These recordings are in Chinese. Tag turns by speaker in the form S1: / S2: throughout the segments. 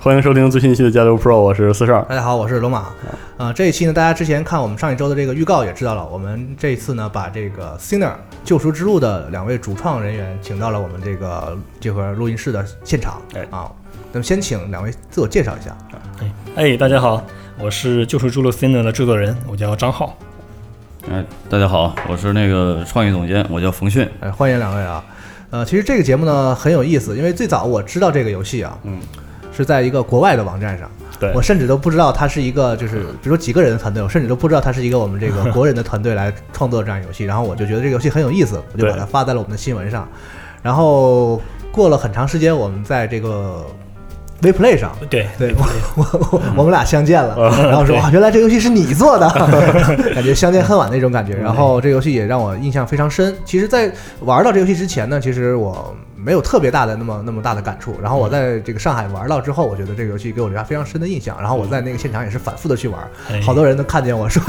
S1: 欢迎收听最新一期的《加流 Pro》，我是四十二。
S2: 大家好，我是龙马。啊、这一期呢，大家之前看我们上一周的这个预告也知道了，我们这一次呢，把这个 Sinner 救赎之路的两位主创人员请到了我们这个这会儿录音室的现场。
S1: 哎
S2: 啊，那么先请两位自我介绍一下。
S3: 哎，大家好，我是《救赎之路 s i n e r 的制作人，我叫张浩。
S4: 哎，大家好，我是那个创意总监，我叫冯迅。
S2: 哎，欢迎两位啊。呃，其实这个节目呢很有意思，因为最早我知道这个游戏啊，
S1: 嗯，
S2: 是在一个国外的网站上，
S1: 对嗯
S2: 我甚至都不知道它是一个就是比如说几个人的团队，我甚至都不知道它是一个我们 这个国人的团队来创作这样游戏，然后我就觉得这个游戏很有意思，我就把它发在了我们的新闻上，然后过了很长时间，我们在这个 WePlay 上。
S3: 对
S2: 对我我我我们俩相见了，然后说
S3: 对
S2: 哇，原来这游戏是你做的，感觉相见恨晚那种感觉。然后这游戏也让我印象非常深。其实，在玩到这游戏之前呢，其实我没有特别大的那么那么大的感触。然后我在这个上海玩到之后，我觉得这个游戏给我留下非常深的印象。然后我在那个现场也是反复的去玩，
S3: 哎
S2: 好多人都看见我说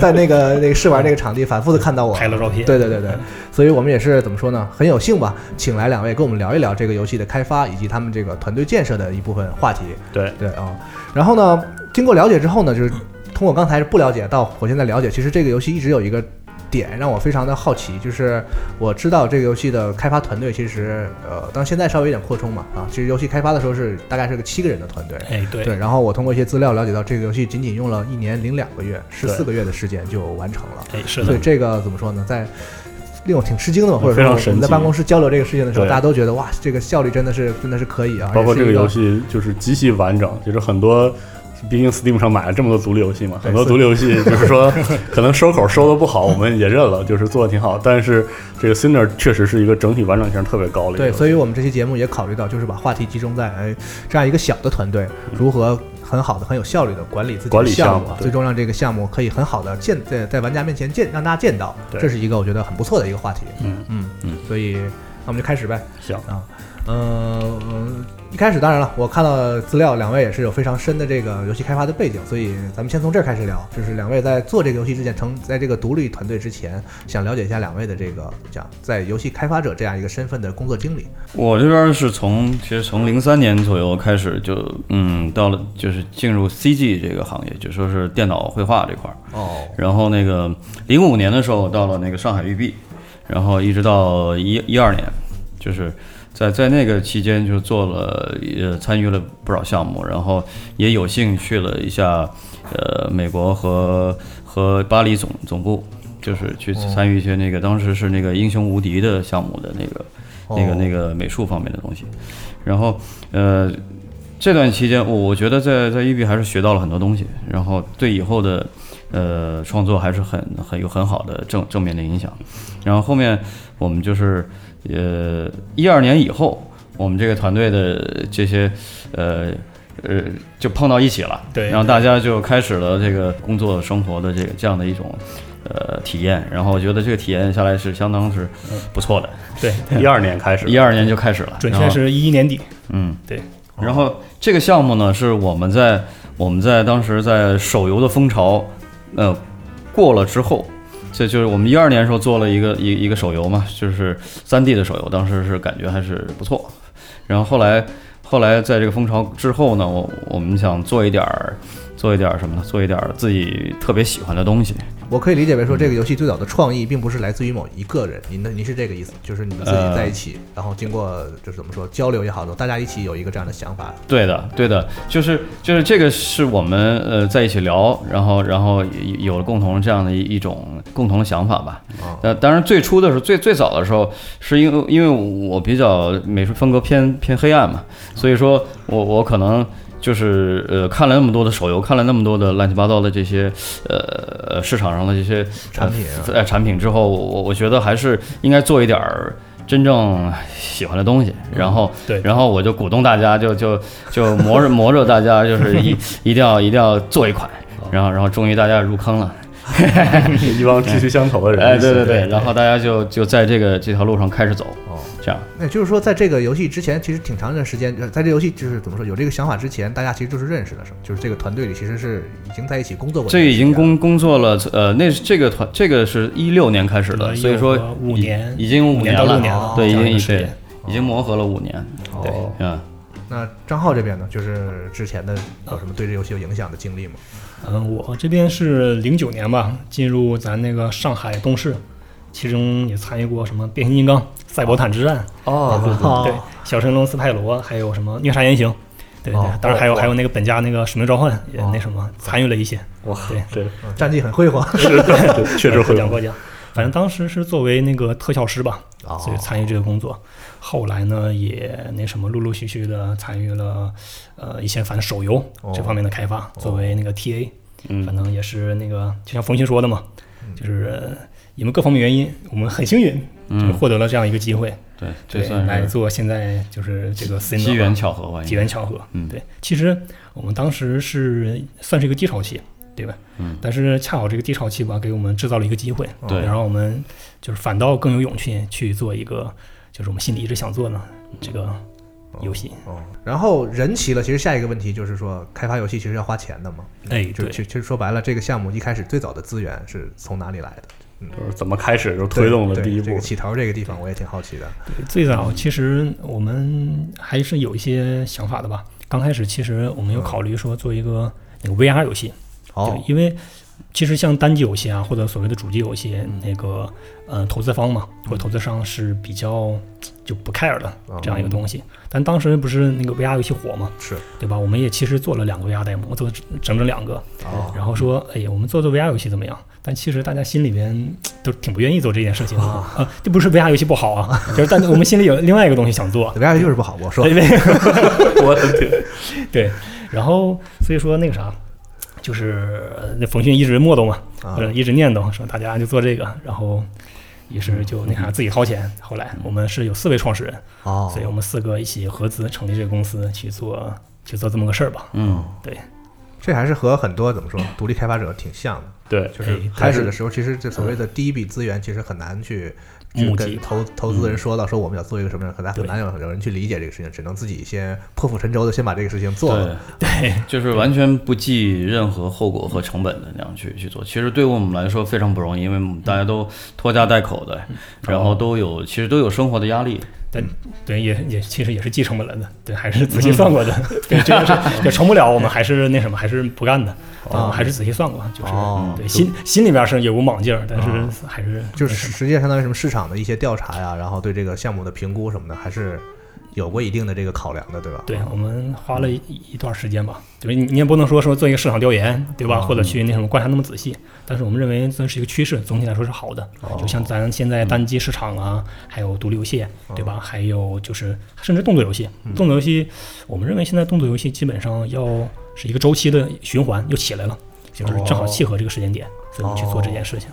S2: 在那个那个试玩那个场地反复的看到我
S3: 拍了照片，
S2: 对对对对，所以我们也是怎么说呢？很有幸吧，请来两位跟我们聊一聊这个游戏的开发以及他们这个团队建设的一部分话题。
S1: 对
S2: 对啊、然后呢，经过了解之后呢，就是通过刚才不了解到我现在了解，其实这个游戏一直有一个点让我非常的好奇，就是我知道这个游戏的开发团队其实呃，当然现在稍微有点扩充嘛啊，其实游戏开发的时候是大概是个七个人的团队。
S3: 哎对
S2: 对，然后我通过一些资料了解到，这个游戏仅仅用了一年零两个月，十
S1: 对
S2: 四个月的时间就完成了。
S3: 哎是
S2: 所以
S3: 的，
S2: 这个怎么说呢，在令我挺吃惊的嘛，或者
S1: 非
S2: 说
S1: 常
S2: 我们
S1: 神
S2: 在
S1: 奇
S2: 办公室交流这个事情的时候，
S1: 对
S2: 大家都觉得哇，这个效率真的是真的是可以啊，
S1: 包括
S2: 而且
S1: 这
S2: 是
S1: 个
S2: 一个
S1: 游戏就是极其完整，就是很多，毕竟 Steam 上买了这么多独立游戏嘛，
S2: 对
S1: 很多独立游戏就是说可能收口收的不好，我们也认了，就是做的挺好。但是这个 Sinner 确实是一个整体完整性特别高的一个游
S2: 对，
S1: 戏，
S2: 所以我们这期节目也考虑到，就是把话题集中在哎这样一个小的团队如何很好的、很有效率的管理自己
S1: 嗯管
S2: 的
S1: 理
S2: 项
S1: 项
S2: 目
S1: 目
S2: 啊，
S1: 对
S2: 最终让这个项目可以很好的见在在玩家面前见让大家见到，
S1: 对
S2: 这是一个我觉得很不错的一个话题。
S1: 嗯
S2: 嗯
S4: 嗯，
S2: 所以那我们就开始呗。
S1: 行
S2: 啊，呃，一开始当然了，我看到资料，两位也是有非常深的这个游戏开发的背景，所以咱们先从这儿开始聊，就是两位在做这个游戏之前，成在这个独立团队之前，想了解一下两位的这个讲在游戏开发者这样一个身份的工作经历。
S4: 我这边是从其实从零三年左右开始就嗯到了就是进入 CG 这个行业，就说是电脑绘画这块儿。
S2: 哦，
S4: 然后那个零五年的时候我到了那个上海育碧，然后一直到一一二年，就是在在那个期间就做了呃参与了不少项目，然后也有幸去了一下呃美国和和巴黎总总部，就是去参与一些那个当时是那个英雄无敌的项目的那个那个那个美术方面的东西，然后呃。这段期间，我我觉得在在育碧还是学到了很多东西，然后对以后的呃创作还是很很有很好的正正面的影响。然后后面我们就是呃一二年以后，我们这个团队的这些呃呃就碰到一起了，
S3: 对
S4: 然后大家就开始了这个工作生活的这个这样的一种。呃，体验，然后我觉得这个体验下来是相当是不错的。
S3: 对，
S1: 一二年开始，
S4: 一二年就开始了，
S3: 嗯准
S4: 然
S3: 确
S4: 后
S3: 是一一年底，
S4: 嗯，
S3: 对。
S4: 然后这个项目呢，是我们在我们在当时在手游的风潮，呃，过了之后，这就是我们一二年的时候做了一个一一个手游嘛，就是三 D 的手游，当时是感觉还是不错。然后后来后来在这个风潮之后呢，我我们想做一点儿做一点儿什么呢？做一点儿自己特别喜欢的东西。
S2: 我可以理解为说，这个游戏最早的创意并不是来自于某一个人，您的您是这个意思，就是你们自己在一起，然后经过就是怎么说交流也好，大家一起有一个这样的想法。
S4: 对的，对的，就是就是这个是我们呃在一起聊，然后然后有有了共同这样的一一种共同的想法吧
S1: 啊。
S4: 那当然，最初的时候，最最早的时候，是因为因为我比较美术风格偏偏黑暗嘛，所以说我我可能就是呃看了那么多的手游，看了那么多的乱七八糟的这些呃市场上的这些
S2: 产品啊
S4: 呃产品之后，我我觉得还是应该做一点儿。真正喜欢的东西，然后，
S3: 对
S4: 然后我就鼓动大家，就就就磨着磨着大家，就是一一定要一定要做一款，然后然后终于大家入 坑了，
S1: 一帮志趣相投的人。
S4: 哎，对对对，然后大家就就在这个这条路上开始走，
S2: 哦
S4: 这样，
S2: 那也就是说，在这个游戏之前，其实挺长一段时间，呃在这游戏就是怎么说，有这个想法之前，大家其实就是认识的，是吗？就是这个团队里其实是已经在一起工作过一
S4: 这
S2: 段时间了，
S4: 已经工工作了，呃，那是这个团这个是一六年开始的，
S3: 对
S4: 所以说
S3: 呃有个五
S4: 已
S3: 年
S4: 已经五
S3: 嗯五年到
S4: 了
S3: 六年哦
S2: 了，
S4: 对，已
S3: 这样一
S4: 经
S3: 个时
S4: 对
S3: 间
S4: 已经磨合了五年，对
S2: 哦，
S4: 嗯。
S2: 那张浩这边呢，就是之前的有什么对这游戏有影响的经历吗？
S3: 嗯，我这边是零九年吧，进入咱那个上海东市，其中也参与过什么变形金刚、赛博坦之战，
S1: 哦，对对对，
S3: 对，小神龙斯派罗，还有什么虐杀原型，对对，
S2: 哦
S3: 当然还
S2: 哦
S3: 有
S2: 哦
S3: 还有那个本家那个使命召唤也
S2: 哦
S3: 那什么参与了一些，
S1: 哇，
S3: 对
S1: 对，
S2: 嗯战绩很辉 煌，
S1: 是，对确实
S3: 获
S1: 会
S3: 奖获奖。反正当时是作为那个特效师吧，
S2: 哦
S3: 所以参与这个工作。后来呢，也那什么，陆陆续续的参与了，呃，一些反正手游
S2: 哦
S3: 这方面的开发，作为那个 TA，、反
S4: 嗯
S3: 正也是那个，就像冯鑫说的嘛，
S2: 嗯
S3: 就是因为各方面原因，我们很幸运，就是获得了这样一个机会，
S4: 对，嗯这
S3: 对，来
S4: 算是
S3: 做现在就是这个 C
S4: 机缘巧合吧？应该
S3: 机缘巧合。
S4: 嗯
S3: 对，其实我们当时是算是一个低潮期，对吧？
S4: 嗯，
S3: 但是恰好这个低潮期吧，给我们制造了一个机会，
S4: 对
S3: 然后我们就是反倒更有勇气去做一个，就是我们心里一直想做的
S4: 嗯
S3: 这
S4: 哦
S3: 个游戏。
S2: 哦，然后人齐了，其实下一个问题就是说，开发游戏其实要花钱的嘛，
S3: 哎，
S2: 就
S3: 对，
S2: 其其实说白了，这个项目一开始最早的资源是从哪里来的？
S1: 就是怎么开始就推动了
S2: 对
S1: 第一
S2: 这
S1: 步
S2: 个。起头这个地方，我也挺好奇的。
S3: 最早其实我们还是有一些想法的吧。刚开始其实我们
S4: 嗯
S3: 有考虑说做一个那个 VR 游戏，
S2: 哦
S3: 对，，因为其实像单机游戏啊，或者所谓的主机游戏，
S2: 嗯
S3: 那个呃投资方嘛或者投资商是比较就不 care 的这样一个东西。但当时不是那个 VR 游戏火嘛，
S2: 哦是
S3: 对吧？我们也其实做了两个 VR demo，做了整整两个，
S2: 哦，
S3: 然后说，哎呀，我们做做 VR 游戏怎么样？但其实大家心里边都挺不愿意做这件事情
S2: 哦
S3: 的啊，啊这不是 VR 游戏不 好啊，就是但我们心里有另外一个东西想做，
S2: 怎么样？啊就是不好，我说
S3: 对对
S1: 我的天，
S3: 对，然后所以说那个啥，就是呃那冯迅一直磨叨嘛，
S2: 啊
S3: 呃，一直念叨说大家就做这个，然后于是就那啥自己掏钱。后来我们是有四位创始人，
S2: 嗯哦
S3: 所以我们四个一起合资成立这个公司去做去做这么个事儿吧。
S4: 嗯，
S3: 对，
S2: 这还是和很多怎么说独立开发者挺像的，
S1: 对，
S2: 就是
S3: 哎
S2: 开始的时候，其实这所谓的第一笔资源，其实很难去去
S3: 募
S2: 跟
S3: 集
S2: 投投资人说到说我们要做一个什么样，很难很
S3: 对
S2: 难有有人去理解这个事情，只能自己先破釜沉舟的先把这个事情做
S4: 对
S2: 了。
S3: 对，
S4: 就是完全不计任何后果和成本的那样去去做。其实对于我们来说非常不容易，因为我们大家都拖家带口的，然后都有其实都有生活的压力。
S3: 但对也也其实也是继承本了的，对，还是仔
S2: 嗯
S3: 细算过的， 对，这就是也成不了，我们还是那什么，还是不干的，对我们还是仔细算过，就是、
S2: 哦
S3: 对心心里边是有股莽劲儿，但是还是
S2: 就是实际上相当于什么市场的一些调查呀，然后对这个项目的评估什么的，还是有过一定的这个考量的，对吧？
S3: 对，我们花了一一段时间吧，就是你你也不能说说做一个市场调研，对吧？或者去那什么观察那么仔细，但是我们认为这是一个趋势，总体来说是好的。就像咱现在单机市场啊，还有独立游戏，对吧？还有就是甚至动作游戏，动作游戏，我们认为现在动作游戏基本上要是一个周期的循环又起来了，就是正好契合这个时间点，所以我们去做这件事情。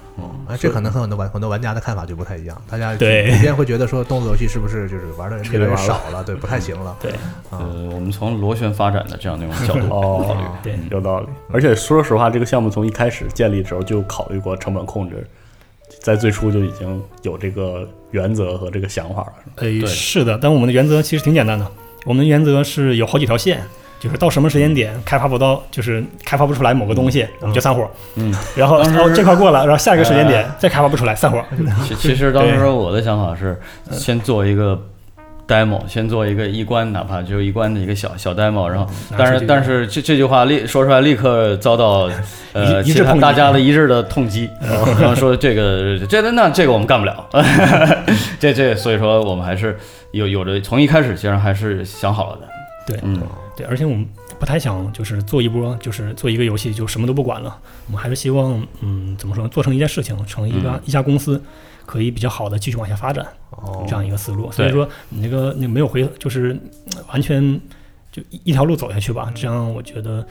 S2: 啊，这可能和很多玩很多玩家的看法就不太一样，大家
S3: 对
S2: 普遍会觉得说动作游戏是不是就是玩的人越来越
S1: 玩了
S2: 少了，对，不太行了。
S3: 对
S4: 呃，我们从螺旋发展的这样的一种 角度考虑。
S1: 哦，
S3: 对，
S1: 有道理。而且说实话，这个项目从一开始建立的时候就考虑过成本控制，在最初就已经有这个原则和这个想法了。是吧
S3: 呃，是的，但我们的原则其实挺简单的，我们的原则是有好几条线。就是到什么时间点开发不到，就是开发不出来某个东西，我们就散伙。
S4: 嗯，
S3: 然后
S4: 当时嗯
S3: 然后这块过了，然后下一个时间点、再开发不出来，散伙。嗯
S4: 其其实当时我的想法是，先做一个 demo，先做一个一关，哪怕只有一关的一个小小 demo，然后，
S3: 拿出
S4: 嗯但是
S3: 啊这个
S4: 但是这这句话立说出来，立刻 遭到呃
S3: 一一致
S4: 其他
S3: 抨击嗯
S4: 大家的一致的痛击， 然后说这个这个那这个我们干不了， 这这所以说我们还是有有着从一开始其实还是想好了的，
S3: 对
S4: 嗯，
S3: 对，而且我们不太想就是做一波，就是做一个游戏就什么都不管了，我们还是希望，嗯，怎么说，做成一件事情，成一个、
S4: 嗯
S3: 一家公司，可以比较好的继续往下发展
S2: 哦
S3: 这样一个思路。所以
S4: 对
S3: 说，你那个你没有回，就是嗯完全。就一一条路走下去吧，这样我觉得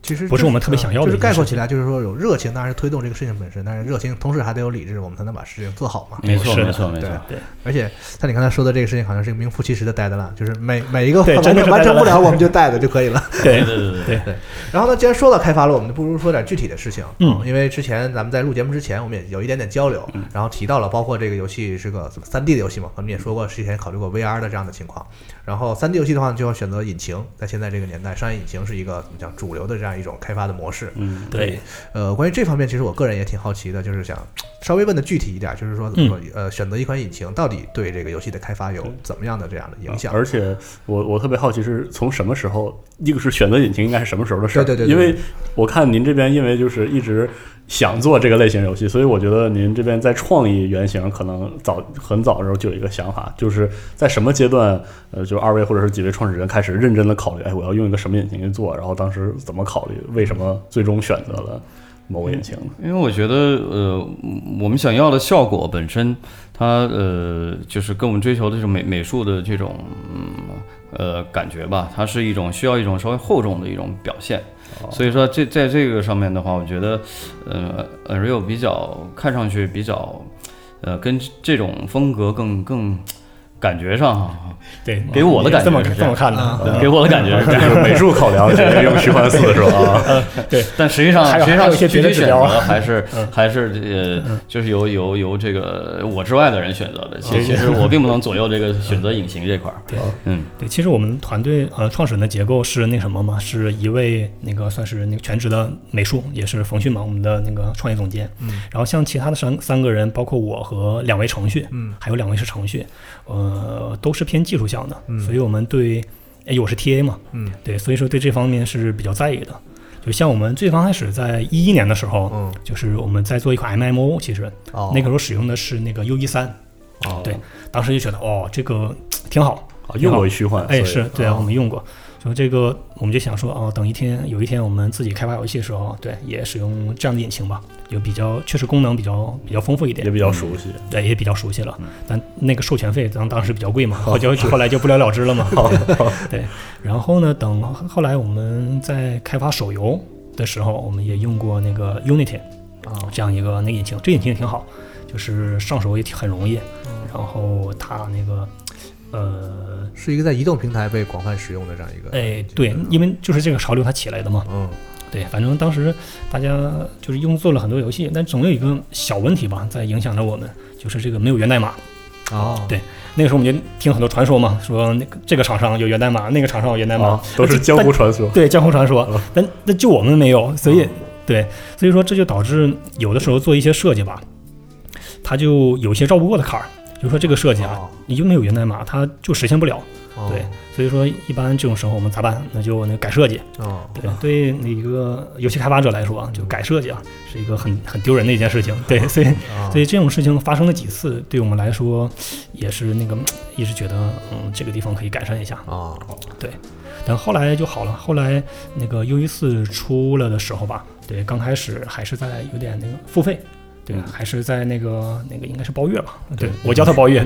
S2: 其实
S3: 不是我们特别想要的
S2: 就是
S3: 一件
S2: 概
S3: 事情
S2: 括起来，就是说有热情，当然是推动这个事情本身，但是热情同时还得有理智，我们才能把事情做好嘛。
S4: 没错
S3: 是的
S4: 没错没错
S2: 对，
S3: 对
S2: 而且像你刚才说的这个事情，好像是一个名副其实的 deadline，就是 每每一个
S3: 对
S2: 完
S3: 真的是
S2: 完成不
S3: deadline
S2: 了我们就 dead 就可 以了。
S3: 对
S4: 对对对对，
S2: 然后呢，既然说到开发了，我们就不如说点具体的事情。
S3: 嗯
S2: 因为之前咱们在录节目之前，我们也有一点点交流，然后提到了包括这个游戏是个三 D 的游戏嘛，我们也说过之前考虑过 VR 的这样的情况。然后三 D 游戏的话，就要选择引擎，在现在这个年代，商业引擎是一个怎么讲主流的这样一种开发的模式。
S4: 嗯，
S3: 对，
S2: 呃，关于这方面，其实我个人也挺好奇的，就是想稍微问的具体一点，就是说怎么说、
S3: 嗯
S2: 呃，选择一款引擎到底对这个游戏的开发有怎么样的这样的影响？
S1: 而且我我特别好奇是从什么时候，一个是选择引擎应该是什么时候的事儿，
S2: 对对对
S1: 因
S2: 对
S1: 为我看您这边因为就是一直想做这个类型游戏，所以我觉得您这边在创意原型可能早很早的时候就有一个想法，就是在什么阶段，呃，就二位或者是几位创始人开始认真的考虑，哎，我要用一个什么引擎去做，然后当时怎么考虑，为什么最终选择了某个引 擎？
S4: 因为我觉得，呃，嗯我们想要的效果本身，它呃，就是跟我们追求的这种美美术的这种，嗯，呃，感觉吧，它是一种需要一种稍微厚重的一种表现。所以说这在这个上面的话，我觉得，呃，Unreal 比较看上去比较，呃，跟这种风格更更感觉上啊，
S3: 对，
S4: 给我的感觉
S3: 这么
S4: 是这
S3: 这
S4: 样
S3: 么看的，对
S4: 给我的感觉是这样。
S1: 就是美术考 量，决定用虚幻四是吧？
S4: 但实际上，
S3: 还有
S4: 实际
S3: 还
S4: 上
S3: 有一些别的
S4: 具
S3: 指
S4: 体选
S3: 标啊嗯
S4: 择还 是还是呃，就是由由由这个我之外的人选择的。其实其实我并不能左右这个选择隐形这块儿。
S3: 嗯对
S4: 嗯，
S3: 对，其实我们团队呃，创始人的结构是那什么嘛，是一位那个算是那个全职的美术，也是冯迅嘛，我们的那个创业总监。嗯，然后像其他的三三个人，包括我和两位程序，
S2: 嗯，
S3: 还有两位是程序，呃，都是偏技术向的，嗯、所以我们对，哎，我是 TA 嘛，
S2: 嗯，
S3: 对，所以说对这方面是比较在意的。就像我们最刚开始在一一年的时候，
S2: 嗯，
S3: 就是我们在做一款 MMO，其实
S2: 哦，
S3: 那个时候使用的是那个 U E 三，
S2: 哦
S3: 对，当时就觉得哦，这个挺好，
S1: 啊用过虚幻，所
S3: 哎，
S1: 以
S3: 是对啊，
S2: 哦
S3: 我们用过。所以这个我们就想说，哦，等一天有一天我们自己开发游戏的时候，对，也使用这样的引擎吧，就比较确实功能比较比较丰富一
S1: 也
S3: 点，
S1: 比嗯较熟悉。
S3: 对，也比较熟悉了。但那个授权费当当时比较贵嘛，后就后来就不了了之了嘛。 对，然后呢，等后来我们在开发手游的时候，我们也用过那个 Unity，
S2: 啊
S3: 这样一个那个引擎，这引擎也挺好，就是上手也挺很容易，
S1: 嗯
S3: 然后它那个呃
S2: 是一个在移动平台被广泛使用的这样一个，
S3: 哎，对，
S1: 嗯
S3: 因为就是这个潮流它起来的嘛。
S2: 嗯，
S3: 对，反正当时大家就是用做了很多游戏，但总有一个小问题吧，在影响着我们，就是这个没有源代码。
S2: 哦，
S3: 对那个时候我们就听很多传说嘛，说那个这个厂商有源代码，那个厂商有源代码，
S1: 啊，都是江湖嗯传说。
S3: 对江湖传说，但那就我们没有，所以对，所以说这就导致有的时候做一些设计吧，它就有些绕不过的坎儿。比如说这个设计啊
S2: 哦，
S3: 你就没有源代码，它就实现不了。
S2: 哦
S3: 对，所以说一般这种时候我们咋办？那就那个改设计，
S2: 哦，
S3: 对，对那一个游戏开发者来说啊，就改设计啊，是一个很很丢人的一件事情。对，所以
S2: 啊
S3: 所以这种事情发生了几次，对我们来说也是那个一直觉得嗯这个地方可以改善一下。
S2: 啊，
S3: 但后来就好了，后来那个 U 一四出了的时候吧，对，刚开始还是在有点那个付费。对，还是在那个那个应该是包月吧，对我叫它包月。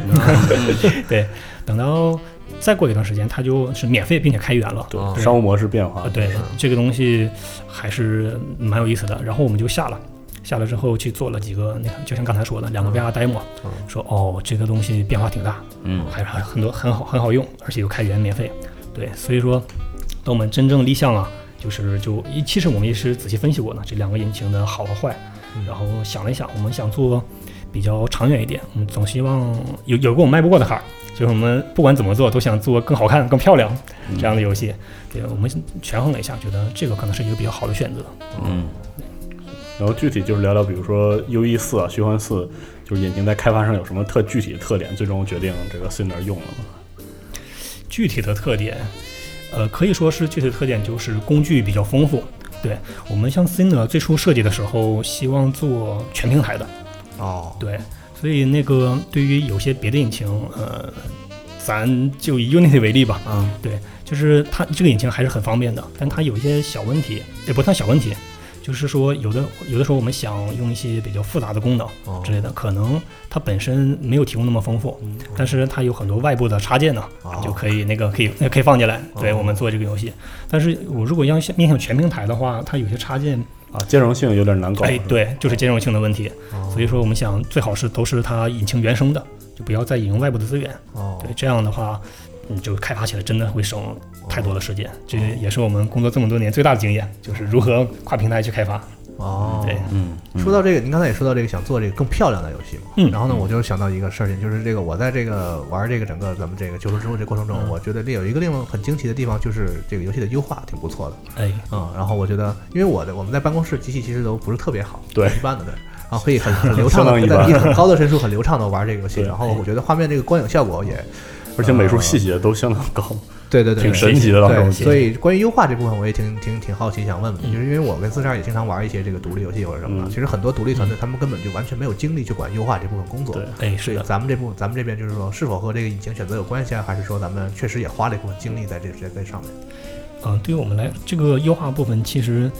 S3: 对，等到再过一段时间，它就是免费并且开源了。
S2: 啊
S1: 商务模式变化
S3: 啊，，对
S2: 嗯，
S3: 这个东西还是蛮有意思的。然后我们就下了，下了之后去做了几个那个，就像刚才说的两个 VR demo，、
S2: 嗯
S3: 说哦，这个东西变化挺大，
S4: 嗯
S3: 还是很多很好很好用，而且又开源免费，对，所以说等我们真正立项啊，就是就一其实我们也是仔细分析过呢，这两个引擎的好和坏，然后想了一想，我们想做比较长远一点，我们总希望有有个我们迈不过的坎儿，就是我们不管怎么做都想做更好看、更漂亮这样的游戏，对，我们权衡了一下，觉得这个可能是一个比较好的选择。
S4: 嗯，
S1: 然后具体就是聊聊，比如说 U E 四啊、虚幻四，就是引擎在开发上有什么特具体的特点，最终决定这个 Cinder 用了吗？
S3: 具体的特点，呃，可以说是具体的特点就是工具比较丰富。对我们像 C 呢，最初设计的时候希望做全平台的，
S2: 哦，
S3: 对，所以那个对于有些别的引擎，呃，咱就以 Unity 为例吧，
S2: 嗯，
S3: 对，就是它这个引擎还是很方便的，但它有一些小问题，也不算小问题，就是说有的有的时候我们想用一些比较复杂的功能
S2: 哦
S3: 之类的，可能它本身没有提供那么丰富，但是它有很多外部的插件呢，
S2: 哦
S3: 就可以那个可以可以放进来，对
S2: 哦
S3: 我们做这个游戏。但是我如果要向面向全平台的话，它有些插件，
S1: 啊，兼容性有点难搞。
S3: 哎
S1: 是吧，
S3: 对，就是兼容性的问题。
S2: 哦
S3: 所以说我们想最好是都是它引擎原生的，就不要再引用外部的资源。
S2: 哦
S3: 对，这样的话，你就开发起来真的会省太多的时
S2: 哦
S3: 间。这也是我们工作这么多年最大的经验，就是如何跨平台去开发。
S2: 哦，
S3: 对
S4: 嗯，嗯
S2: 说到这个，您刚才也说到这个想做这个更漂亮的游戏嘛，
S3: 嗯
S2: 然后呢，我就想到一个事情，就是这个我在这个玩这个整个咱们这个救赎之路这过程中，
S3: 嗯
S2: 我觉得这有一个令我很惊奇的地方，就是这个游戏的优化挺不错的，
S3: 哎，
S2: 嗯，然后我觉得，因为我的我们在办公室机器其实都不是特别好，
S1: 对
S2: 一般的对。然后可以很 很流畅
S1: 相当
S2: 的
S1: 一
S2: 在
S1: 般
S2: 以很高的帧数很流畅的玩这个游戏，
S1: 对
S2: 然后我觉得画面这个光影效果也，
S1: 而且美术细节都相当高，
S2: 对对对，
S1: 挺神奇的当
S2: 对，
S1: 中。
S2: 所以关于优化这部分，我也挺挺挺好奇，想问问，就是因为我跟四十二也经常玩一些这个独立游戏或者什么
S1: 嗯
S2: 的，其实很多独立团队他们根本就完全没有精力去管优化这部分工作。
S1: 对
S3: 哎，
S2: 所
S3: 是
S2: 以
S3: 的，
S2: 咱们这部咱们这边就是说，是否和这个引擎选择有关系啊？还是说咱们确实也花了一部分精力在这在在上面？
S3: 嗯、对于我们来这个优化部分，其实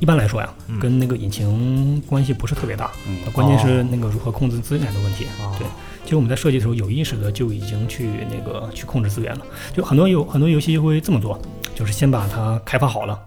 S3: 一般来说呀，
S2: 嗯
S3: 跟那个引擎关系不是特别大，
S1: 嗯
S3: 那关键是那个如何控制资源的问题。
S2: 哦
S3: 对，其实我们在设计的时候有意识的就已经去那个去控制资源了，就很多有很多游戏会这么做，就是先把它开发好了。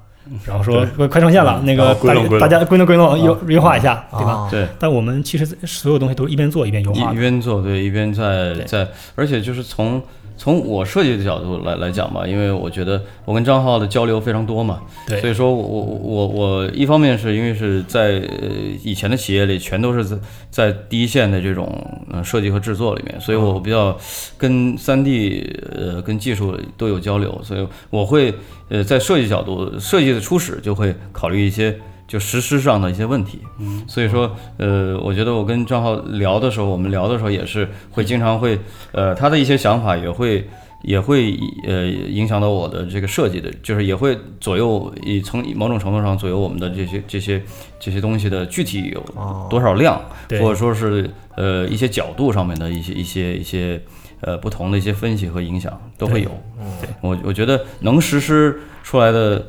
S3: 然后说快快上线了，那
S1: 然
S3: 个
S1: 后归拢归
S3: 大
S1: 拢
S3: 家大家归拢归拢，优优化一下，对吧？
S2: 哦？
S4: 对。
S3: 但我们其实所有东西都是一边做一边优化
S4: 一一
S3: 的。
S4: 边做对，一边在
S3: 对
S4: 在，而且就是从从我设计的角度来来讲吧，因为我觉得我跟张浩的交流非常多嘛，
S3: 对
S4: 所以说我我我我一方面是因为是在呃以前的企业里全都是在在第一线的这种呃设计和制作里面，
S3: 嗯
S4: 所以我比较跟三 D 呃跟技术都有交流，所以我会呃在设计角度设计的初始就会考虑一些。就实施上的一些问题，嗯，所以说，呃，我觉得我跟张浩聊的时候，我们聊的时候也是会经常会，呃，他的一些想法也会也会呃影响到我的这个设计的，就是也会左右，以从某种程度上左右我们的这些这些这些东西的具体有
S2: 哦
S4: 多少量，
S3: 对
S4: 或者说是呃一些角度上面的一些一些一些呃不同的一些分析和影响都会有。嗯
S3: 对
S4: 我我觉得能实施出来的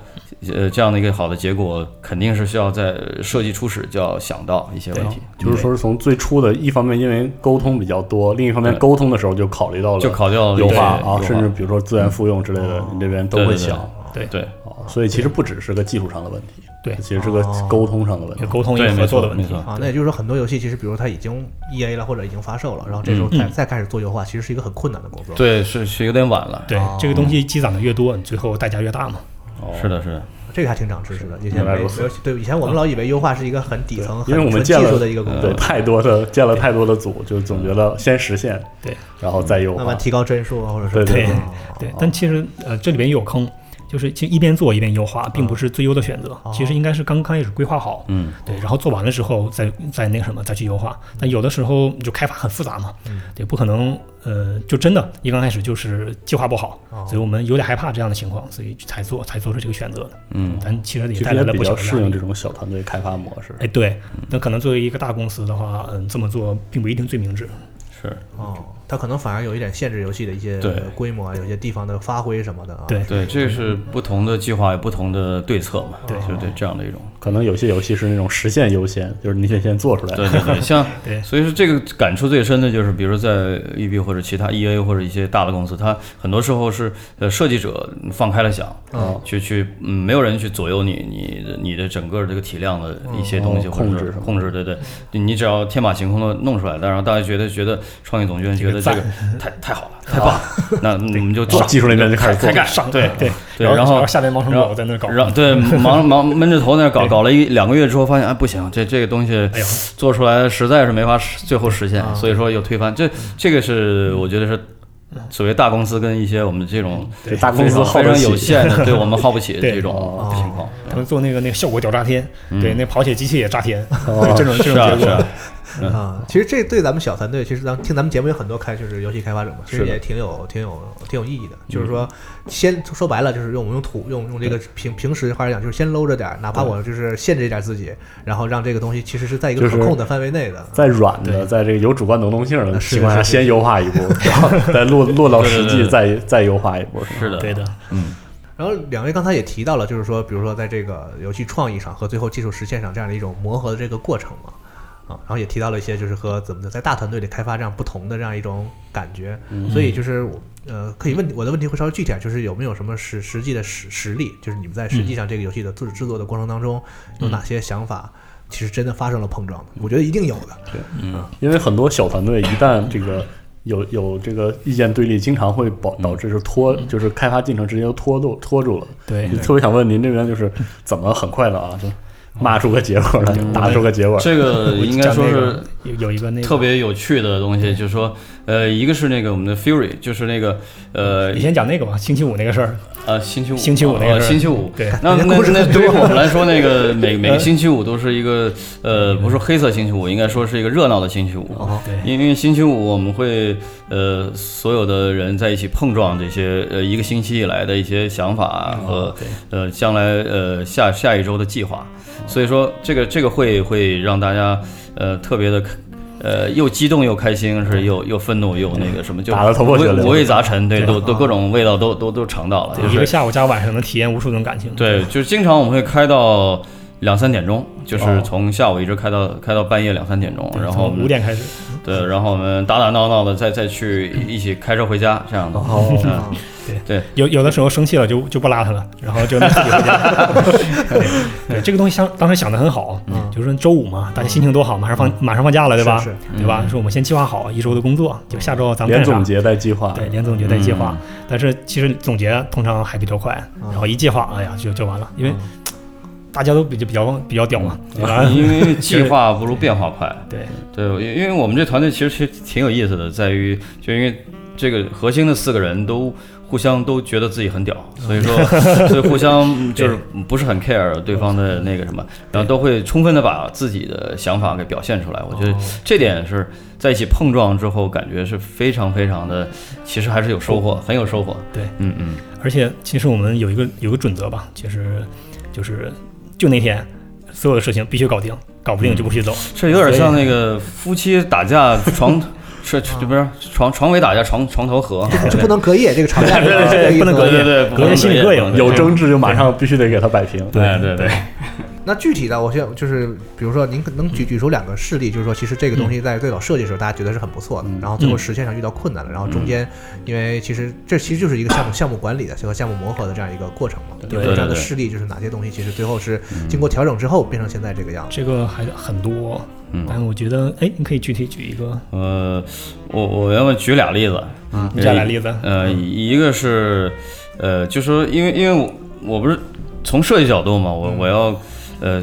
S4: 呃这样的一个好的结果，肯定是需要在设计初始就要想到一些问题，
S1: 就是说，是从最初的一方面，因为沟通比较多；另一方面，
S4: 对
S1: 沟通的时候就考虑到了
S4: 就考虑到了
S1: 优
S4: 一些
S1: 化啊，
S4: 优
S1: 甚至比如说资源复用之类的，你这边都会想
S3: 对
S4: 对
S1: 啊。所以其实不只是个技术上的问题，
S3: 对
S1: 其实是个沟通上的问题。
S3: 有沟通、
S4: 对
S3: 有合作的
S4: 没
S3: 问题
S4: 错没。错
S2: 啊，那也就是说，很多游戏其实，比如它已经 E A 了或者已经发售了，然后这时
S1: 嗯
S2: 候再、再开始做优化，其实是一个很困难的工作。
S4: 对是是有点晚了，
S3: 对，这个东西积攒的越多，你最后代价越大嘛。
S1: 哦
S4: 是的是的，
S2: 这个还挺长知识的。以前
S1: 原来
S2: 没，
S1: 如此嗯
S2: 尤其对以前我们老以为优化是一个很底层、
S1: 因为我们
S2: 很纯技
S1: 建了嗯
S2: 术的一个工作嗯
S1: 对，太多的建了太多的组，就总觉得先实现，
S3: 对，
S1: 然后再优
S2: 慢
S1: 化
S2: 慢。提高帧数啊，或者是
S1: 对
S3: 对
S1: 对
S3: 对，但其实呃这里边也有坑，就是其实一边做一边优化，并
S1: 嗯
S3: 不是最优的选择。
S1: 哦
S3: 其实应该是刚开始规划好，
S4: 嗯，
S3: 对，然后做完了之后再再那个什么再去优化。但有的时候你就开发很复杂嘛，
S1: 嗯
S3: 对，不可能呃就真的一刚开始就是计划不好，
S1: 哦
S3: 所以我们有点害怕这样的情况，所以才做才做出这个选择的。
S4: 嗯，
S3: 但其实也
S1: 其
S3: 带
S1: 实
S3: 来
S1: 也
S3: 了
S1: 比
S3: 不小
S1: 较
S3: 的
S1: 适
S3: 压
S1: 应
S3: 力
S1: 这嗯种小团队开发模式。
S3: 哎，对，那可能作为一个大公司的话，嗯，这么做并不一定最明
S1: 啊
S3: 智。
S4: 是
S2: 哦，它可能反而有一点限制游戏的一些
S4: 对
S2: 呃规模啊，有些地方的发挥什么的啊。
S3: 对
S4: 对，这是不同的计划有不同的对策嘛，
S3: 对
S4: 就对这样的一种。
S1: 可能有些游戏是那种实现优先，就是你得先做出来。
S4: 对对对，像
S3: 对
S4: 所以说这个感触最深的就是，比如在 EB 或者其他 EA 或者一些大的公司，它很多时候是呃设计者放开了想，
S1: 哦
S4: 去去嗯没有人去左右你你的你的整个这个体量的一些东西、
S1: 哦
S4: 或者
S1: 控制
S4: 是
S1: 什么
S4: 控制，对对，你你只要天马行空的弄出来，但然后大家觉得觉得创意总监觉得这
S3: 赞
S4: 个太太好了，太棒了，那我们就
S1: 往技术那边就开始做
S4: 开干，
S3: 上
S4: 对
S3: 对
S4: 对，
S3: 然
S4: 然后
S3: 下面忙成狗在那儿搞，
S4: 然后 对，忙忙闷着头在那搞，搞了一两个月之后，发现哎不行，这这个东西
S3: 哎呦啊
S4: 做出来实在是没法实最后实现，所以说又推翻。
S3: 嗯
S4: 这这个是我觉得是所谓大公司跟一些我们这种
S1: 对大公司
S4: 非常
S1: 耗
S4: 非
S1: 不
S4: 常
S1: 起
S4: 有 限的，对我们耗不起的
S3: 对
S4: 这种
S1: 哦
S4: 情况。
S3: 他们做那个那个效果屌炸天，对，那跑铁机器也炸天，
S1: 哦
S3: 这种这
S4: 嗯是啊
S3: 种结
S4: 是啊
S3: 果，，
S2: 啊，其实这对咱们小团队，其实咱听咱们节目有很多开就是游戏开发者嘛，其实
S1: 是的嗯
S2: 也挺有挺有挺有意义的。就是说，先说白了，就是用我们用土用用这个平平时话来讲，就是先搂着点儿，哪怕我就是限制一点自己，然后让这个东西其实是在一个
S1: 就是
S2: 可控的范围内的。
S1: 在软的，在这个有主观能动性的
S2: 啊是
S1: 情况下，
S2: 是是
S1: 先优化一步，然后再落落到实
S4: 对对
S1: 际
S4: 对
S1: 再再优化一波。是吧
S4: 是的，
S3: 对的，
S4: 嗯，
S2: 然后两位刚才也提到了，就是说，比如说在这个游戏创意上和最后技术实现上这样的一种磨合的这个过程嘛，啊，然后也提到了一些就是和怎么的在大团队里开发这样不同的这样一种感觉，所以就是我呃，可以问我的问题会稍微具体点，就是有没有什么实实际的实实例，就是你们在实际上这个游戏的制制作的过程当中有哪些想法？其实真的发生了碰撞
S3: 嗯
S2: 的，我觉得一定有的。
S1: 因为很多小团队一旦这个有有这个意见对立，经常会导导致是拖，
S4: 嗯
S1: 就是开发进程直接就拖住拖住了。
S3: 对
S1: 就特别想问您这边就是怎么很快的 啊，就骂出个结果来，
S4: 嗯
S1: 打出个结果。
S4: 这个应该说是
S3: 有有一个那个
S4: 特别有趣的东西，就是说，呃，一个是那个我们的 Fury，就是那个呃
S3: 你先讲那个吧，星期五那个事儿。
S4: 呃星期五
S3: 星期五那个
S4: 呃
S3: 事儿
S4: 星期五
S3: 对
S4: 那那
S2: 人家故事
S4: 那
S2: 很
S4: 对于我们来说，那个每每个星期五都是一个呃，不是黑色星期五，应该说是一个热闹的星期五。
S3: 对
S4: 因为星期五我们会呃，所有的人在一起碰撞这些呃一个星期以来的一些想法和呃将来呃下下一周的计划，所以说这个这个会会让大家呃特别的。呃，又激动又开心，是又又愤怒又那个什么，就
S1: 打得头破血
S4: 五味
S1: 流
S4: 五味杂陈，对，
S3: 对嗯
S4: 都都各种味道都都都尝到了，就
S3: 一
S4: 哦是
S3: 个下午加晚上能体验无数种感情。
S4: 对，就是经常我们会开到两三点钟，就是
S1: 哦
S4: 从下午一直开到开到半夜两三点钟，
S3: 对，
S4: 然后
S3: 从
S4: 我们
S3: 五点开始，
S4: 对，然后我们打打闹闹的再再去一起开车回家这样的。
S1: 哦
S4: 嗯
S3: 有有的时候生气了就就不拉他了，然后就能自己回 家。对对，这个东西想当时想的很好，
S2: 嗯
S3: 就是说周五嘛，大家心情多好，马上
S4: 嗯
S3: 放马上放假了，对吧
S2: 是是？
S3: 对吧？说我们先计划好一周的工作，就下周咱们
S1: 连
S3: 干啥
S1: 总结带计划，
S3: 对，连啊总结带计划。
S4: 嗯
S3: 但是其实总结通常还比较快，
S2: 嗯
S3: 然后一计划，哎呀，就就完了，因为
S4: 嗯
S3: 大家都比较比较比较屌嘛，对 吧？
S4: 因为计划不如变化快。
S3: 对
S4: 对，因因为我们这团队其实其实挺有意思的，在于就因为这个核心的四个人都互相都觉得自己很屌，所以说所以互相就是不是很 care 对方的那个什么，然后都会充分的把自己的想法给表现出来。我觉得这点是在一起碰撞之后，感觉是非常非常的，其实还是有收获，很有收获。
S3: 对，
S4: 嗯嗯，
S3: 而且其实我们有一个有一个准则吧，就是就是就那天所有的事情必须搞定，搞不定
S4: 嗯
S3: 就不许走。
S4: 这有点像那个夫妻打架床。是，这不是床床尾打架床床头和，
S2: 这不能隔夜，这个吵 架
S3: 对对对
S2: 是这个意思
S3: 不能隔
S2: 吗
S3: 夜
S4: 对对对，
S3: 隔夜心里膈应
S1: 有争执就马上必须得给他摆平。
S4: 嗯对对对，
S2: 那具体的，我现在就是，比如说您可能举举出两个事例，就是说，其实这个东西在最早设计的时候，大家觉得是很不错的，然后最后实现上遇到困难了，然后中间，因为其实这其实就是一个项目项目管理的和项目磨合的这样一个过程嘛。
S4: 对
S2: 有没有这样
S4: 对
S2: 的
S4: 对
S2: 事例，就是哪些东西其实最后是经过调整之后变成现在这个样子？
S3: 这个还很多，哦
S4: 嗯
S3: 但我觉得，哎，你可以具体举一个，
S4: 呃，我我要不举俩例子，嗯
S3: 你再来例子。
S4: 呃，一个是，呃，就说因为因为我我不是从设计角度嘛，我我要，呃，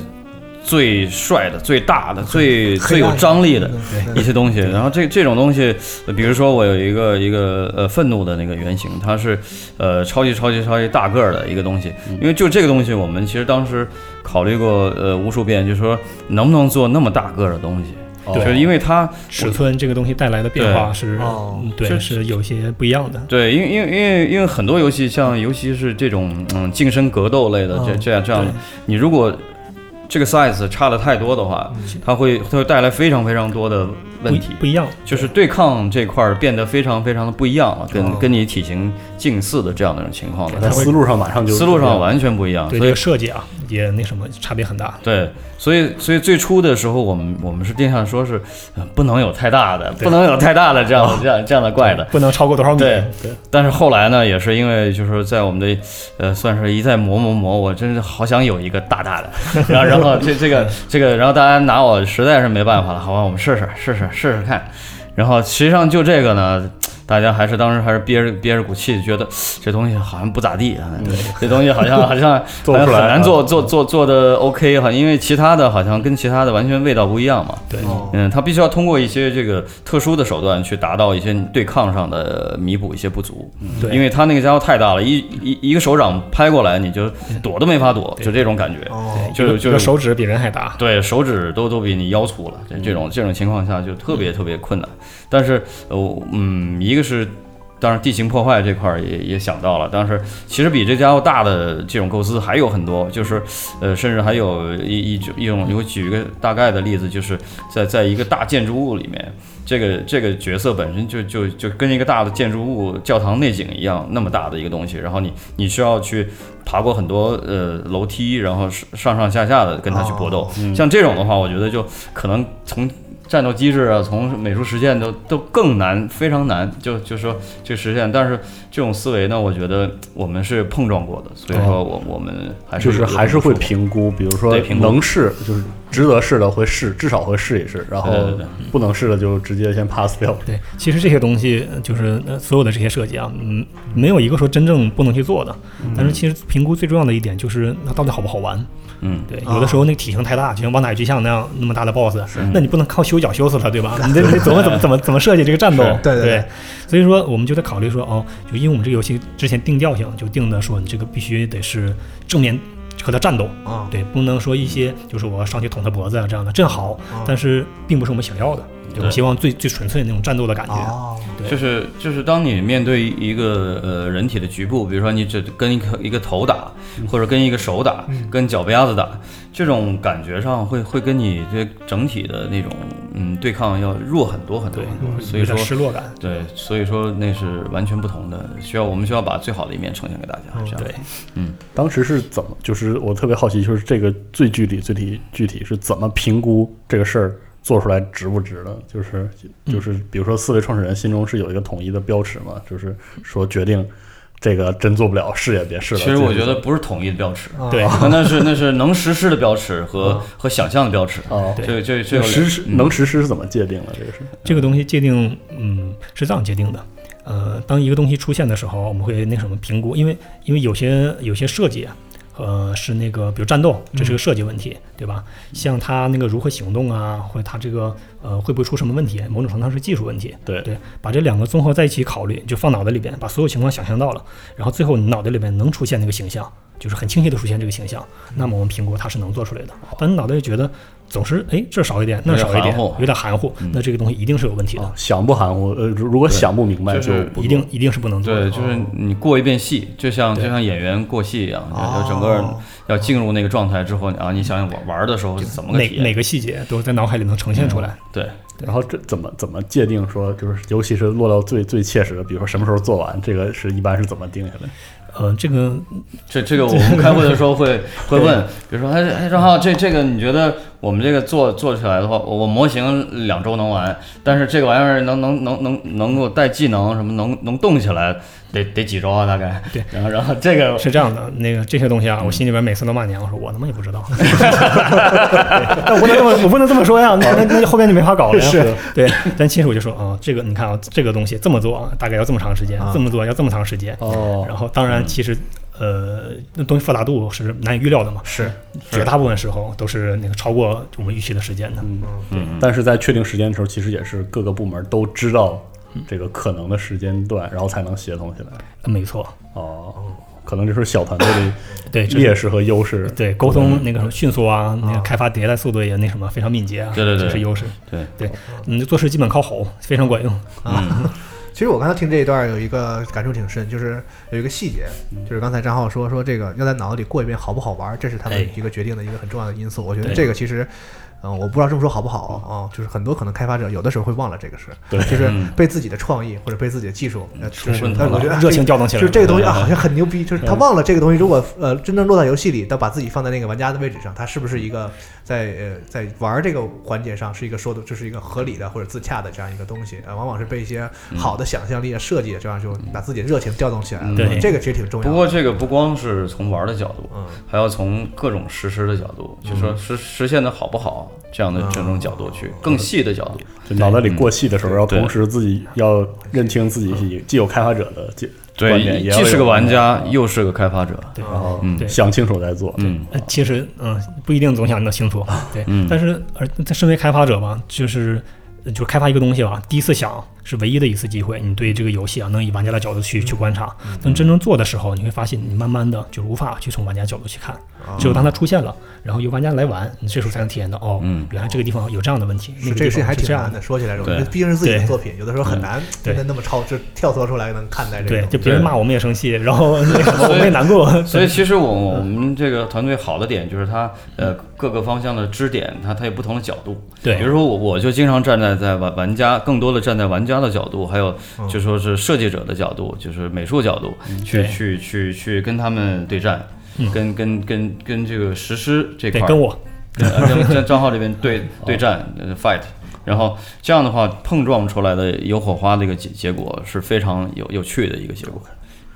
S4: 最帅的、最大的、最最有张力的，一些东西。然后这这种东西，呃比如说我有一个一个呃愤怒的那个原型，它是呃超级超级超级大个儿的一个东西。因为就这个东西，我们其实当时考虑过呃无数遍，就是说能不能做那么大个儿的东西，
S1: 哦
S4: 就是因为它
S3: 尺寸这个东西带来的变化是，
S2: 哦
S3: 嗯对，
S4: 这
S3: 是有些不一样的。
S4: 对，因为因为因为因为很多游戏像尤其是这种嗯近身格斗类的这
S2: 嗯
S4: 这样这样的，你如果这个 size 差的太多的话，它会它会带来非常非常多的
S3: 不
S4: 问题。啊
S3: 不一样，
S4: 就是对抗这块儿变得非常非常的不一样了，跟、跟你体型近似的这样的一种情况
S1: 在
S4: 了，
S1: 思路上马上就
S4: 思路上完全不一样，
S3: 对
S4: 所
S3: 这
S4: 以
S3: 个设计啊，也那什么差别很大。
S4: 对，所以所以最初的时候，我们我们是定下说是、呃不能有太大的，不能有太大的这样的这样这样的怪的，
S3: 不能超过多少米？
S4: 对
S3: 对，
S4: 但是后来呢，也是因为就是在我们的呃，算是一再磨磨磨，我真是好想有一个大大的， 然后然后这 这个这个，然后大家拿我实在是没办法了，好吧，我们试试试试试试看，然后实际上就这个呢。大家还是当时还是憋着憋着股气，觉得这东西好像不咋地啊，对，这东西 好像好像
S1: 嗯做不出来啊
S4: 好像很难做做做做的 OK 哈，因为其他的好像跟其他的完全味道不一样嘛。
S3: 对，
S2: 哦
S4: 嗯，它必须要通过一些这个特殊的手段去达到一些对抗上的弥补一些不足，嗯
S3: 对
S4: 因为它那个家伙太大了，一一一个手掌拍过来，你就躲都没法躲，就这种感觉，
S2: 哦，
S4: 就
S3: 一
S4: 是
S3: 个
S4: 就
S3: 一个
S4: 是
S3: 手指比人还大。
S4: 对手指都都比你腰粗了，这这种这种情况下就特别特别困难。但是呃，我嗯，一个是。当然地形破坏这块儿也也想到了，但是其实比这家伙大的这种构思还有很多，就是呃，甚至还有一一种一种，我举一个大概的例子，就是在在一个大建筑物里面，这个这个角色本身就就就跟一个大的建筑物教堂内景一样那么大的一个东西，然后你你需要去爬过很多呃楼梯，然后上上下下的跟他去搏斗。
S2: 哦
S4: 像这种的话，我觉得就可能从战斗机制啊，从美术实践都都更难，非常难，就就说这实现。但是这种思维呢，我觉得我们是碰撞过的，所以说我我们还是
S1: 就是
S4: 有
S1: 还是会
S4: 有接触
S1: 评估，比如说
S4: 对评估
S1: 能试就是值得试的会试，至少会试一试，然后
S4: 对对对
S1: 不能试的就直接先 pass 掉。
S3: 对，其实这些东西呃就是呃所有的这些设计啊，嗯，没有一个说真正不能去做的。
S4: 嗯
S3: 但是其实评估最重要的一点就是它到底好不好玩。
S4: 过嗯，
S3: 对，有的时候那个体型太大，就像《旺达与巨像》那样那么大的 BOSS，那
S4: 嗯
S3: 你不能靠修脚修死它，对吧？ 你得你得琢磨怎么怎么怎么设计这个战斗
S4: 是。
S2: 对对对
S3: 所以说我们就在考虑说，哦，就因为我们这个游戏之前定调性就定的说，你这个必须得是正面和它战斗，
S2: 啊，
S3: 对，不能说一些就是我要上去捅他脖子啊这样的，正好，但是并不是我们想要的。对我们
S4: 对啊
S3: 希望最最纯粹的那种战斗的感觉。
S2: 哦，
S3: 对
S4: 就是就是当你面对一个呃人体的局部，比如说你只跟一个一个头打，或者跟一个手打，跟脚丫子打，这种感觉上会会跟你对整体的那种嗯对抗要弱很多很多
S3: 对
S4: 很，多，所以
S3: 有点
S4: 说。
S3: 失落感。
S4: 对，所以说那是完全不同的，需要我们需要把最好的一面呈现给大家，这样
S3: 对，
S1: 当时是怎么？就是我特别好奇，就是这个最具体、最体具体是怎么评估这个事儿做出来值不值的？就是就是，比如说四位创始人心中是有一个统一的标尺嘛，就是说决定这个真做不了，试也别试了。
S4: 其实我
S1: 这
S4: 觉
S1: 个
S4: 得不是统一的标尺，
S2: 啊
S3: 对
S4: 那那是那是能实施的标尺和和想象的标尺，
S1: 哦，
S4: 这这这
S1: 这
S4: 有
S1: 个
S4: 两
S1: 实施
S4: 嗯
S1: 能实施是怎么界定的？这个是
S3: 这个东西界定，嗯，是这样界定的。呃，当一个东西出现的时候，我们会那什么评估，因为因为有些有些设计啊，呃，是那个比如战斗，这是
S4: 嗯
S3: 个设计问题，对吧？像它那个如何行动啊，或者它这个呃会不会出什么问题，某种程度上是技术问题。
S1: 对
S3: 对，把这两个综合在一起考虑，就放脑袋里边，把所有情况想象到了，然后最后你脑袋里边能出现那个形象，就是很清晰的出现这个形象，那么我们评估它是能做出来的。但你脑袋里觉得总是哎这儿少一点，那儿少一点
S4: 有点含糊，
S3: 有点含糊，那这个东西一定是有问题的
S1: 哦，，想不含糊，呃，如如果想不明白
S4: 嗯就是
S1: 不
S3: 一定一定是不能做
S4: 对，
S3: 的。嗯
S4: 就是你过一遍戏，就像就
S3: 对
S4: 像演员过戏一样，就就整个人要进入那个状态之后，啊，你想想玩玩的时候是怎么个
S3: 每
S4: 体
S3: 每
S4: 验？
S3: 个细节都在脑海里能呈现出来。
S4: 对，
S1: 然后这怎么怎么界定说，就是尤其是落到最最切实的，比如说什么时候做完，这个是一般是怎么定下来？
S3: 呃，这个
S4: 这这个我们开会的时候 会会问，比如说，哎哎，张浩，这这个你觉得我们这个做做起来的话，我我模型两周能完，但是这个玩意儿能能能能能够带技能什么能能动起来，得得几周啊大概？
S3: 对，
S4: 然后然后这个
S3: 是这样的，那个这些东西啊，我心里边每次都骂娘，我说我他妈也不知道， 但我不能这么我不能这么说呀，那那那就后边就没法搞了呀。
S1: 是，
S3: 对。但其实我就说啊，这个你看啊，这个东西这么做啊，大概要这么长时间
S2: 啊，
S3: 这么做要这么长时间。
S1: 哦
S3: 然后当然其实。呃，那东西复杂度是难以预料的嘛，是绝大部分时候都是那个超过我们预期的时间的。
S4: 嗯
S1: 但是在确定时间的时候，其实也是各个部门都知道这个可能的时间
S4: 嗯
S1: 段，然后才能协同起来。
S3: 没错，
S1: 哦，可能这是小团队
S3: 对，
S1: 的
S3: 这是
S1: 劣势和优势。
S3: 对沟通那个什么迅速啊，那个开发迭代速度也那什么非常敏捷啊，
S4: 对对对
S3: 这是优势。
S4: 对
S3: 对，嗯，做事基本靠吼，非常管用。
S2: 其实我刚才听这一段有一个感触挺深，就是有一个细节，就是刚才张浩说说这个要在脑子里过一遍好不好玩，这是他
S3: 哎
S2: 们一个决定的一个很重要的因素。我觉得
S3: 对
S2: 这个其实，嗯、我不知道这么说好不好啊、就是很多可能开发者有的时候会忘了这个事，对，就是被自己的创意或者被自己的技术呃充
S4: 是
S2: 但是我觉得哎
S3: 热情调动起来
S2: 就是这个东西啊，
S4: 对对对
S2: 好像很牛逼，就是他忘了这个东西，如果呃真正落到游戏里，他把自己放在那个玩家的位置上，他是不是一个在呃在玩这个环节上是一个说的，这是一个合理的或者自洽的这样一个东西啊、呃往往是被一些好的想象力啊设计，这样就把自己的热情调动起来了。
S3: 对
S2: 这个其实挺重要的。
S4: 不过这个不光是从玩的角度，
S2: 嗯
S4: 还要从各种实施的角度，就说实实现的好不好这样的这种角度去，更细的角度。
S1: 就脑袋里过细的时候，要
S4: 对嗯
S1: 同时自己要认清自己既有开发者的既观点，
S4: 对，
S1: 也
S4: 既是个玩
S1: 家，
S4: 家，又是个开发者。
S3: 对，
S1: 然后
S4: 嗯
S3: 对
S1: 想清楚再做。
S4: 嗯，
S3: 呃其实嗯，不一定总想得清楚，对
S4: 嗯。
S3: 但是而在身为开发者吧，就是呃就是开发一个东西吧，第一次想是唯一的一次机会，你对这个游戏啊，能以玩家的角度去去观察。等真正做的时候，你会发现你慢慢的就无法去从玩家角度去看，只有当它出现了，然后由玩家来玩，你这时候才能体验到哦
S4: 嗯，
S3: 原来这个地方有这样的问题，那
S2: 是
S3: 个
S2: 这
S3: 地
S2: 个事情
S3: 方
S2: 还
S3: 是
S2: 挺
S3: 这样
S2: 难
S3: 的。
S2: 的，说起来这种，
S4: 对
S2: 毕竟是自己的
S3: 对
S2: 作品，有的时候很难
S3: 对
S2: 真的那么超，就跳脱出来能看待这
S3: 对，
S2: 个。
S3: 就别人骂我们也生气，然后 那个我们也难过。
S4: 所以其实我我
S3: 嗯
S4: 们这个团队好的点就是它呃各个方向的支点，它它有不同的角度。
S3: 对
S4: 比如说我我就经常站在在玩玩家更多的站在玩家的角度，还有就说是设计者的角度，就是美术角度去
S3: 嗯对嗯
S4: 去去去跟他们对战，跟跟跟跟这个实施这
S3: 对，
S4: 块儿
S3: 跟我
S4: 呃跟跟张浩这边 对
S3: 哦
S4: 对战呃 fight，然后这样的话碰撞出来的有火花的一个结结果是非常有有趣的一个结果。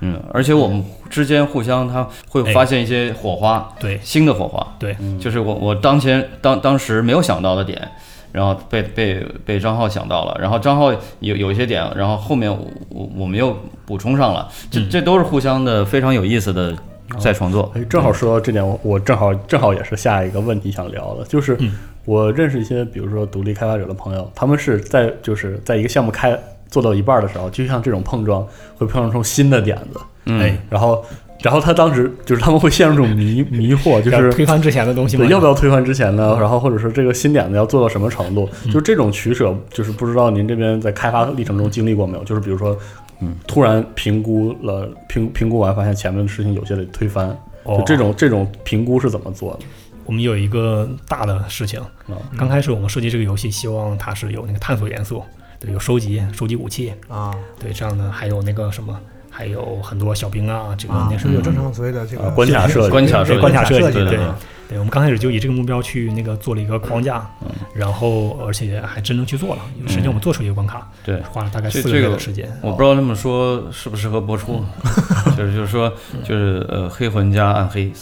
S4: 嗯，而且我们之间互相，他会
S3: 哎
S4: 发现一些火花，
S3: 对
S4: 新的火花，
S3: 对
S4: 就是我我当前当当时没有想到的点，然后被被被张浩想到了，然后张浩有有一些点，然后后面我我我们又补充上了，这
S3: 嗯
S4: 这都是互相的非常有意思
S3: 哦
S4: 的再创作，
S1: 哎，正好说到这点，我我正好正好也是下一个问题想聊的，就是我认识一些比如说独立开发者的朋友，他们是在就是在一个项目开做到一半的时候，就像这种碰撞会碰撞出新的点子，
S4: 嗯
S3: 哎，
S1: 然后然后他当时就是他们会陷入这种迷迷惑，就
S3: 要
S1: 是
S3: 推翻之前的东西嘛
S1: 对，，要不要推翻之前呢？然后或者是这个新点子要做到什么程度？就这种取舍，就是不知道您这边在开发历程中经历过没有？就是比如说，嗯，突然评估了评评估完，发现前面的事情有些得推翻，
S3: 哦
S1: 就这种这种评估是怎么做的？
S3: 我们有一个大的事情
S1: 嗯，
S3: 刚开始我们设计这个游戏，希望它是有那个探索元素，对，有收集收集武器，
S2: 啊
S3: 对，这样的还有那个什么，还有很多小兵啊，这个
S2: 啊，
S3: 那
S2: 是不是
S3: 什么
S4: 嗯
S2: 有正常所谓的这个
S1: 啊关卡设计
S4: 关卡设计
S3: 关卡设计，
S4: 对对
S2: 啊
S4: 对
S3: 对，我们刚开始就以这个目标去那个做了一个框架，
S4: 嗯
S3: 然后而且还真正去做了，实际上我们做出一个关卡，
S4: 嗯对。
S3: 花了大概
S4: 这
S3: 四个
S4: 这
S3: 月
S4: 个
S3: 的时间，
S4: 我不知道这么说适不适合播出，就是就是说就是呃黑魂加暗黑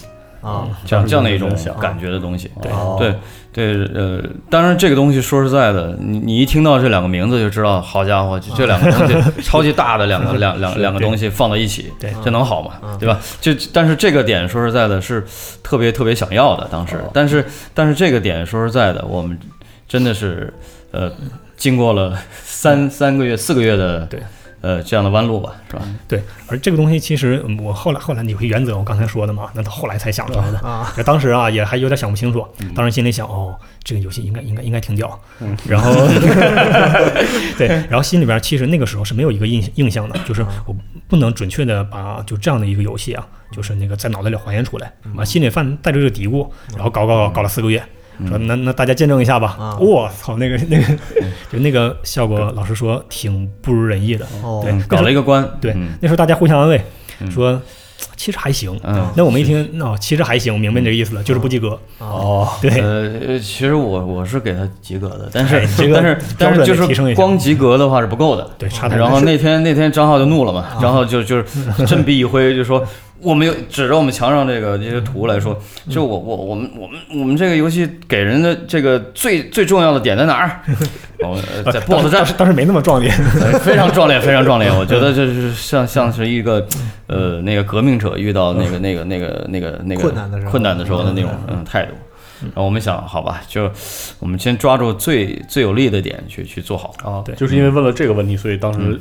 S2: 啊，
S4: 这样这样的一种
S1: 这样
S4: 感觉的东西。
S3: 对
S1: 哦
S4: 对对呃，当然这个东西说实在的，你你一听到这两个名字就知道，好家伙，这这两个东 西超级大的两个两两两个东西放到一起，
S3: 对嗯
S4: 这能好吗？对吧？就但是这个点说实在的是特别特别想要的，当
S3: 哦
S4: 时，但是但是这个点说实在的，我们真的是呃经过了三三个月四个月的
S3: 对。嗯
S4: 呃，这样的弯路吧，是吧？
S3: 对，而这个东西其实嗯我后来后来你会原则，我刚才说的嘛，那到后来才想出来的
S2: 啊。
S3: 那当时啊也还有点想不清楚，
S2: 嗯
S3: 当时心里想哦，这个游戏应该应该应该挺屌，然后对，然后心里边其实那个时候是没有一个印印象的，就是我不能准确的把就这样的一个游戏啊，就是那个在脑袋里还原出来，
S2: 嗯
S3: 啊，心里犯带着这个嘀咕，然后搞搞搞搞了四个月。说那那大家见证一下吧
S2: 嗯啊！嗯
S3: 我操，那个那个，就那个效果，老实说挺不如人意的。
S2: 哦
S3: 对，
S4: 搞了一个关，
S3: 对
S4: 嗯，
S3: 那时候大家互相安慰，说其实还行。
S4: 嗯
S3: 那我们一听，那其实还行，我明白你这个意思了，就是不及格。
S1: 哦，
S3: 对，
S4: 呃，呃其实我我是给他及格的，但是、
S3: 哎这个
S4: 但是但
S3: 标准得
S4: 是就
S3: 提升一
S4: 是
S3: 下
S4: 光及格的话是不够的。
S3: 对差太多啊
S4: 然后那天那天张浩就怒了嘛，然后 就就是振臂一挥，就说我们有指着我们墙上这个这些图来说，
S3: 嗯
S4: 就我我我们我们我们这个游戏给人的这个最最重要的点在哪 儿？我们呃在 BOSS
S3: 啊
S4: 战
S3: 当时当时没那么壮烈，
S4: 非常壮烈，非常壮烈。我觉得这是像像是一个呃那个革命者遇到那个那个那个那个那个
S2: 嗯困难的时候
S4: 困难的时候的那种嗯态度。然后我们想，好吧，就我们先抓住最最有利的点去去做好。
S1: 啊，
S3: 对
S1: 就是因为问了这个问题，所以当
S4: 嗯
S1: 时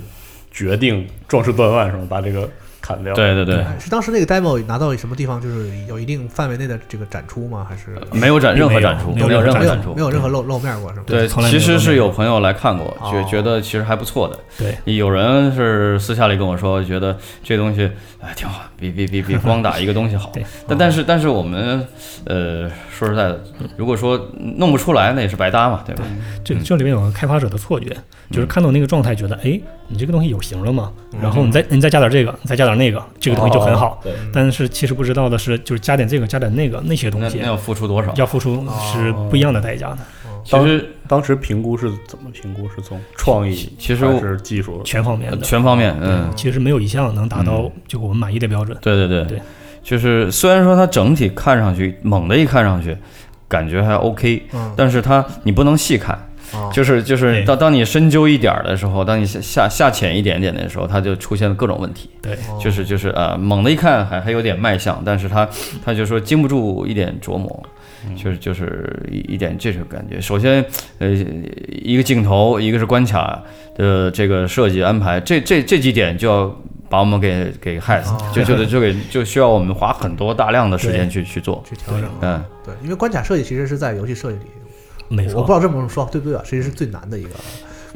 S1: 决定壮士断腕，什么把这个砍掉。，
S4: 对对对，
S2: 哎是当时那个 demo 拿到什么地方，就是有一定范围内的这个展出吗？还是
S4: 没有展任何展出，
S3: 没有
S4: 呃有任何
S2: 没有
S4: 展出
S2: 没。有任何露露面过是吗？
S4: 对，
S3: 从来没
S4: 其
S3: 有
S4: 实
S3: 都
S4: 是
S3: 没有
S4: 有朋友来看过，觉
S2: 哦
S4: 觉得其实还不错的。
S3: 对，
S4: 有人是私下里跟我说，觉得这东西哎挺好，比比比比光打一个东西好
S3: 对。哦
S4: 但但是但是我们呃说实在的，
S3: 嗯
S4: 如果说弄不出来，那也是白搭嘛，对吧？
S3: 这这里面有个开发者的错觉，就是
S4: 嗯
S3: 看到那个状态，觉得哎，你这个东西有形了嘛，然后你再你再加点这个，你再加点那个，这个东西就很好。
S4: 嗯哦对，
S3: 但是其实不知道的是，就是加点这个，加点那个，那些
S4: 那
S3: 东西
S4: 那要付出多少？
S3: 要付出是不一样的代价的，
S4: 其实
S1: 当时评估是怎么评估？是从创意
S4: 其实
S1: 还
S4: 我
S1: 是技术
S3: 全方面
S4: 呃
S3: 的。
S4: 全方面，嗯，
S3: 其实没有一项能达到就我们满意的标准。
S4: 对对对
S3: 对
S4: 就是虽然说它整体看上去猛的一看上去，感觉还 OK，
S2: 嗯
S4: 但是它你不能细看，
S2: 啊，
S4: 就是就是
S3: 对
S4: 当当你深究一点儿的时候，当你下下下潜一点点的时候，它就出现了各种问题。
S3: 对，
S2: 哦
S4: 就是就是呃，猛的一看还还有点卖相，但是它它就说经不住一点琢磨。
S2: 嗯
S4: 就是就是一一点这种感觉。首先，呃，一个镜头，一个是关卡的这个设计安排，这这这几点就要把我们给给害死，
S2: 哦
S4: 就就就给就需要我们花很多大量的时间去去做，
S2: 去调整。
S4: 嗯。
S2: 对，因为关卡设计其实是在游戏设计里，
S5: 没
S2: 我不知道这么说对不对啊？其实是最难的一个，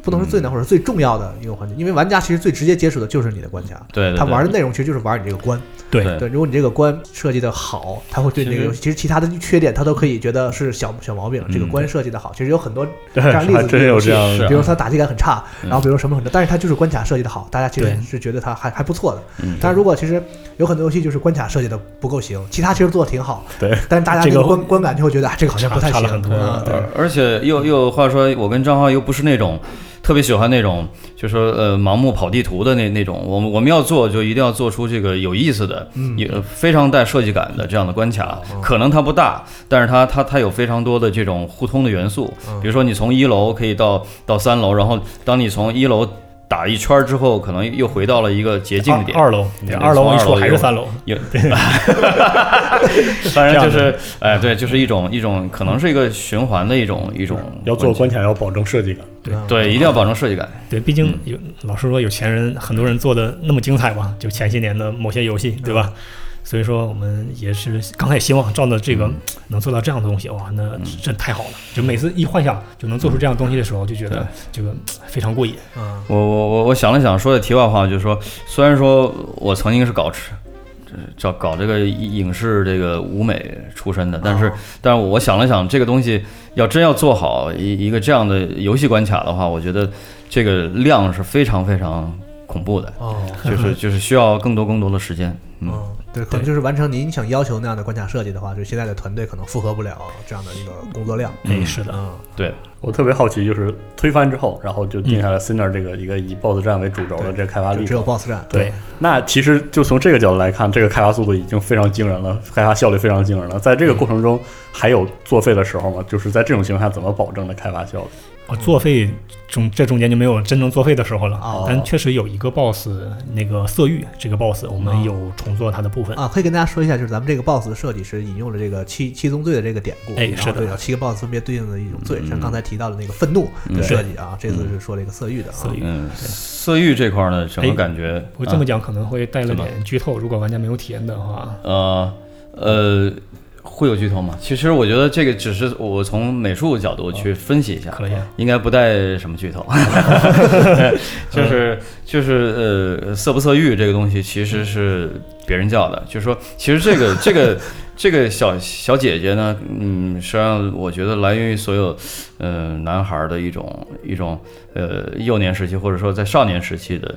S2: 不能说最难，
S4: 嗯
S2: 或者最重要的一个环节，因为玩家其实最直接接触的就是你的关卡，
S4: 对对对
S2: 他玩的内容其实就是玩你这个关。
S3: 对
S4: 对
S2: 对，如果你这个关设计的好，他会对这个游戏，其实其他的缺点他都可以觉得是小小毛
S4: 嗯
S2: 病。这个关设计的好，其实有很多这
S1: 对
S2: 样 例
S1: 还
S2: 子，
S1: 真有这样的
S2: 比如他打击感很差，然后比如什么很差，但是他就是关卡设计的好，大家其实
S3: 对
S2: 是觉得他还还不错的
S4: 嗯。
S2: 但是如果其实有很多游戏就是关卡设计的不够行，其他其实做的挺好，
S1: 对，
S2: 但是大家
S3: 这
S2: 那个
S3: 个
S2: 观观感就会觉得啊，这个好像不太
S3: 差
S2: 行
S3: 了很多
S2: 啊。对，
S4: 而且又又话说，我跟张浩又不是那种特别喜欢那种，就说呃盲目跑地图的那那种。我们我们要做，就一定要做出这个有意思的，
S3: 嗯
S4: 也非常带设计感的这样的关卡。
S3: 哦
S4: 可能它不大，但是它它它有非常多的这种互通的元素。
S3: 嗯
S4: 比如说你从一楼可以到到三楼，然后当你从一楼打一圈儿之后，可能又回到了一个捷径的点。
S3: 二楼，对，二楼一说还是三楼，
S4: 有， 反正
S3: 这
S4: 就
S3: 样
S4: 是，哎，对，就是一种一种，可能是一个循环的一种一种
S1: 要做关卡要保证设计感，
S4: 对，一定要保证设计感。
S3: 对，毕竟有老实说，有钱人很多人做的那么精彩嘛，就前些年的某些游戏，对吧？所以说我们也是刚才也希望照着这个能做到这样的东西，哇，那真太好了！就每次一幻想就能做出这样的东西的时候，就觉
S4: 对
S3: 得这个非常过瘾。
S2: 嗯，
S4: 我我我我想了想，说的题外话就是说，虽然说我曾经是搞吃，这搞搞这个影视这个舞美出身的，但
S3: 哦
S4: 是但是我想了想，这个东西要真要做好一一个这样的游戏关卡的话，我觉得这个量是非常非常恐怖的，
S2: 哦。
S3: 嗯
S4: 就是就是需要更多更多的时间。嗯，
S3: 哦
S2: 嗯，对，可能就是完成您想要求那样的关卡设计的话，就现在的团队可能负荷不了这样的一个工作量。
S3: 哎，是的，
S2: 嗯，
S4: 对，
S1: 我特别好奇，就是推翻之后，然后就
S4: 嗯
S1: 定下来 Sinner 这个一个以 BOSS 战为主轴的这个开发
S2: 就
S1: 历
S2: 只有
S1: 程。
S2: BOSS 战。
S3: 对，
S1: 那其实就从这个角度来看，这个开发速度已经非常惊人了，开发效率非常惊人了。在这个过程中，还有作废的时候吗？就是在这种情况下，怎么保证的开发效率？
S3: 哦，作废中这中间就没有真正作废的时候了，
S2: 哦
S3: 但确实有一个 boss 那个色域这个 boss，我们有重做它的部分。
S2: 啊，可以跟大家说一下，就是咱们这个 BOSS 的设计是引用了这个七七宗罪的这个典故，
S3: 哎
S2: 然后
S3: 是的
S2: 对有七个 BOSS 分别对应的一种罪，
S4: 嗯
S2: 像刚才提到的那个愤怒的设计啊，这次是说了一个色欲的啊，
S3: 色域
S4: 嗯，色域这块儿呢，整个
S3: 哎
S4: 感觉
S3: 我这么
S4: 啊
S3: 讲可能会带了
S4: 怎么
S3: 点剧透，如果玩家没有体验的话，
S4: 呃呃。会有剧透吗？其实我觉得这个只是我从美术角度去分析一下，
S3: 可以。啊
S4: 应该不带什么剧透， 就是就是呃，色不色欲这个东西其实是别人叫的，就是说，其实这个这个这个小小姐姐呢，嗯，实际上我觉得来源于所有呃男孩儿的一种一种呃幼年时期或者说在少年时期的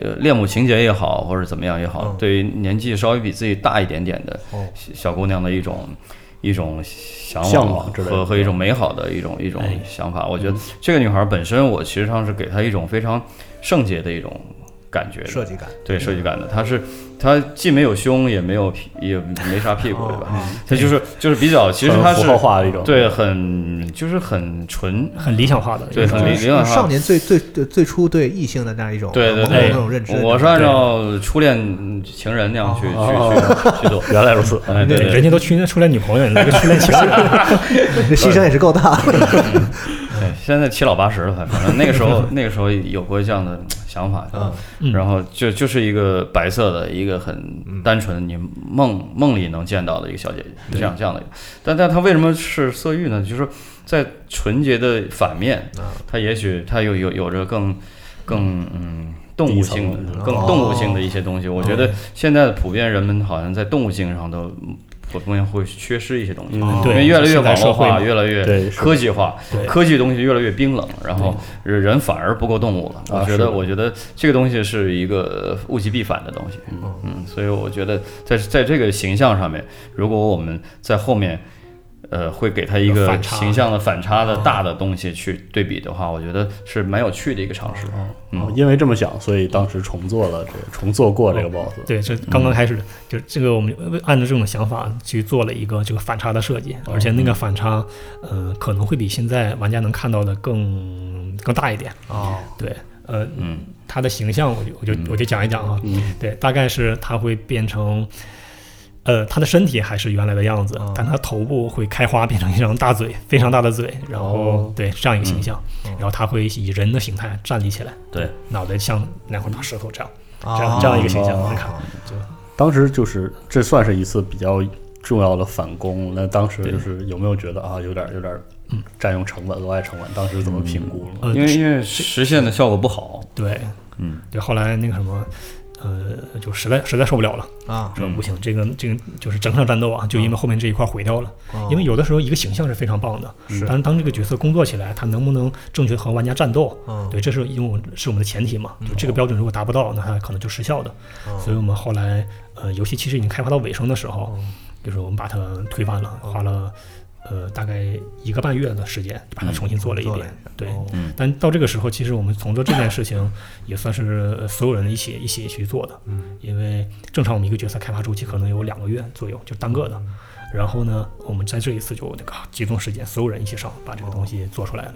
S4: 呃恋母情节也好，或者怎么样也好
S2: 嗯，
S4: 对于年纪稍微比自己大一点点的
S2: 哦
S4: 小小姑娘的一种。一种向
S1: 向
S4: 往
S1: 往之类
S4: 和
S1: 的
S4: 和一种美好的一
S2: 哎
S4: 种一种想法。我觉得这个女孩本身，我其实上是给她一种非常圣洁的一种感觉的，
S2: 设计感，
S4: 对设计感的。她是她既没有胸，也没有屁，也没啥屁股，对
S2: 啊哦
S4: 吧？嗯她就是就是比较，其实她
S1: 很
S4: 是
S1: 符号化的一种，，
S2: 嗯
S4: 对很就是很纯，
S3: 很理想化的，
S4: 对很理啊理
S2: 嗯就是
S4: 想化
S2: 少年最最最最初对异性的那样一种
S4: 对对
S2: 朦胧
S4: 对
S2: 的那种认知。
S4: 我是按照初恋情人那样去
S2: 哦
S4: 去去去做。
S1: 原来如此。
S4: 哎，对
S3: 对，
S4: 对
S3: 人
S4: 对
S3: 家都去初恋女朋友，你来个初 恋情人，
S2: 这牺牲也是够大。
S4: 对，哎现在七老八十了，反正那个时候那个时候有过这样的想法，
S3: 嗯
S4: 然后就就是一个白色的一个很单纯，你梦梦里能见到的一个小姐姐，这样这样的一个，但但她为什么是色欲呢？就是说在纯洁的反面，它也许它有有有着更更嗯。动物性
S1: 底
S4: 的、更动物性的一些东西，我觉得现在普遍人们好像在动物性上都普遍会缺失一些东西，
S1: 嗯
S4: 因
S3: 对
S4: 为越来越
S3: 现代
S4: 网络
S3: 社会
S4: 化，
S3: 嘛
S4: 越来越
S1: 对是
S4: 科技化
S3: 对，
S4: 科技东西越来越冰冷，然后人反而不够动物了。我
S1: 啊
S4: 觉
S1: 是
S4: 得，
S1: 的
S4: 我觉得这个东西是一个物极必反的东西。嗯，所以我觉得在在这个形象上面，如果我们在后面。呃，会给他一
S3: 有
S4: 个
S3: 反差啊
S4: 形象的反差的大的东西去对比的话，我觉得是蛮有趣的一个尝
S3: 啊
S4: 试。
S1: 哦因为这么想，所以当时重做了这个，重做过这个
S4: 哦
S1: BOSS。
S3: 对，这刚刚开始，就这个我们按照这种想法去做了一个这个反差的设计，而且那个反差，呃，可能会比现在玩家能看到的更更大一点。
S2: 哦，
S3: 对，呃，
S4: 嗯，
S3: 他的形象，我就我就我就讲一讲啊，
S1: 嗯
S3: 对，大概是他会变成，呃，他的身体还是原来的样子
S2: 哦，
S3: 但他头部会开花，变成一张大嘴，非常大的嘴，然后
S1: 哦嗯
S3: 对这样一个形象，然后他会以人的形态站立起来，
S4: 对，
S3: 脑袋像两块大石头这样，这
S2: 啊
S3: 样这样一个形象
S1: 哦
S3: 来看，就
S1: 当时就是这算是一次比较重要的反攻。那当时就是有没有觉得啊，有点有点
S4: 嗯
S1: 占用成本，额外成本？当时怎么评估了？
S3: 呃，
S4: 因为因为实现的效果不好，
S3: 对，
S4: 嗯，
S3: 对，后来那个什么。呃，就实在实在受不了了，
S2: 啊，
S1: 嗯
S3: 说不行，这个这个就是整场战斗啊，就因为后面这一块毁掉了。
S2: 嗯
S3: 因为有的时候一个形象是非常棒的，
S1: 是
S3: 但是当这个角色工作起来，他能不能正确地和玩家战斗，
S2: 嗯
S3: 对，这是因为我们是我们的前提嘛，就这个标准如果达不到，那它可能就失效的。
S2: 嗯
S3: 所以我们后来呃，游戏其实已经开发到尾声的时候，
S2: 哦
S3: 就是我们把它推翻了，花了呃大概一个半月的时间把它重新做了一
S2: 做
S3: 遍
S2: 了一。
S3: 对
S2: 哦，
S4: 嗯
S3: 但到这个时候，其实我们从做这件事情也算是呃所有人一起一起去做的，
S2: 嗯
S3: 因为正常我们一个角色开发周期可能有两个月左右，就单个
S2: 嗯
S3: 的。然后呢，我们在这一次就那个集中时间，所有人一起上，把这个东西做出来了。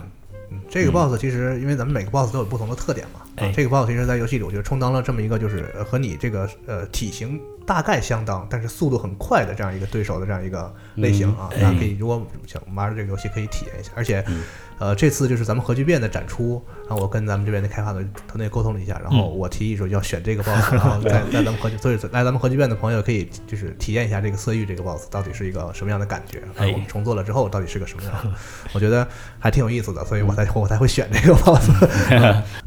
S2: 嗯这个 BOSS 其实因为咱们每个 BOSS 都有不同的特点嘛，啊
S3: 哎
S2: 这个 BOSS 其实在游戏里我觉得充当了这么一个就是呃和你这个呃体型大概相当，但是速度很快的这样一个对手的这样一个类型啊，
S3: 嗯
S2: 大
S3: 哎嗯
S2: 家可以如果想玩这个游戏可以体验一下，而且。呃，这次就是咱们核聚变的展出，然后我跟咱们这边的开发的团队沟通了一下，然
S3: 嗯
S2: 后我提议说要选这个 boss，、然 后在在咱们核聚，所以来咱们核聚变的朋友可以就是体验一下这个色域这个 boss 到底是一个什么样的感觉，
S3: 哎
S2: 还有我们重做了之后到底是个什么样的，我觉得还挺有意思的，所以我
S3: 嗯
S2: 才我才会选这个 boss。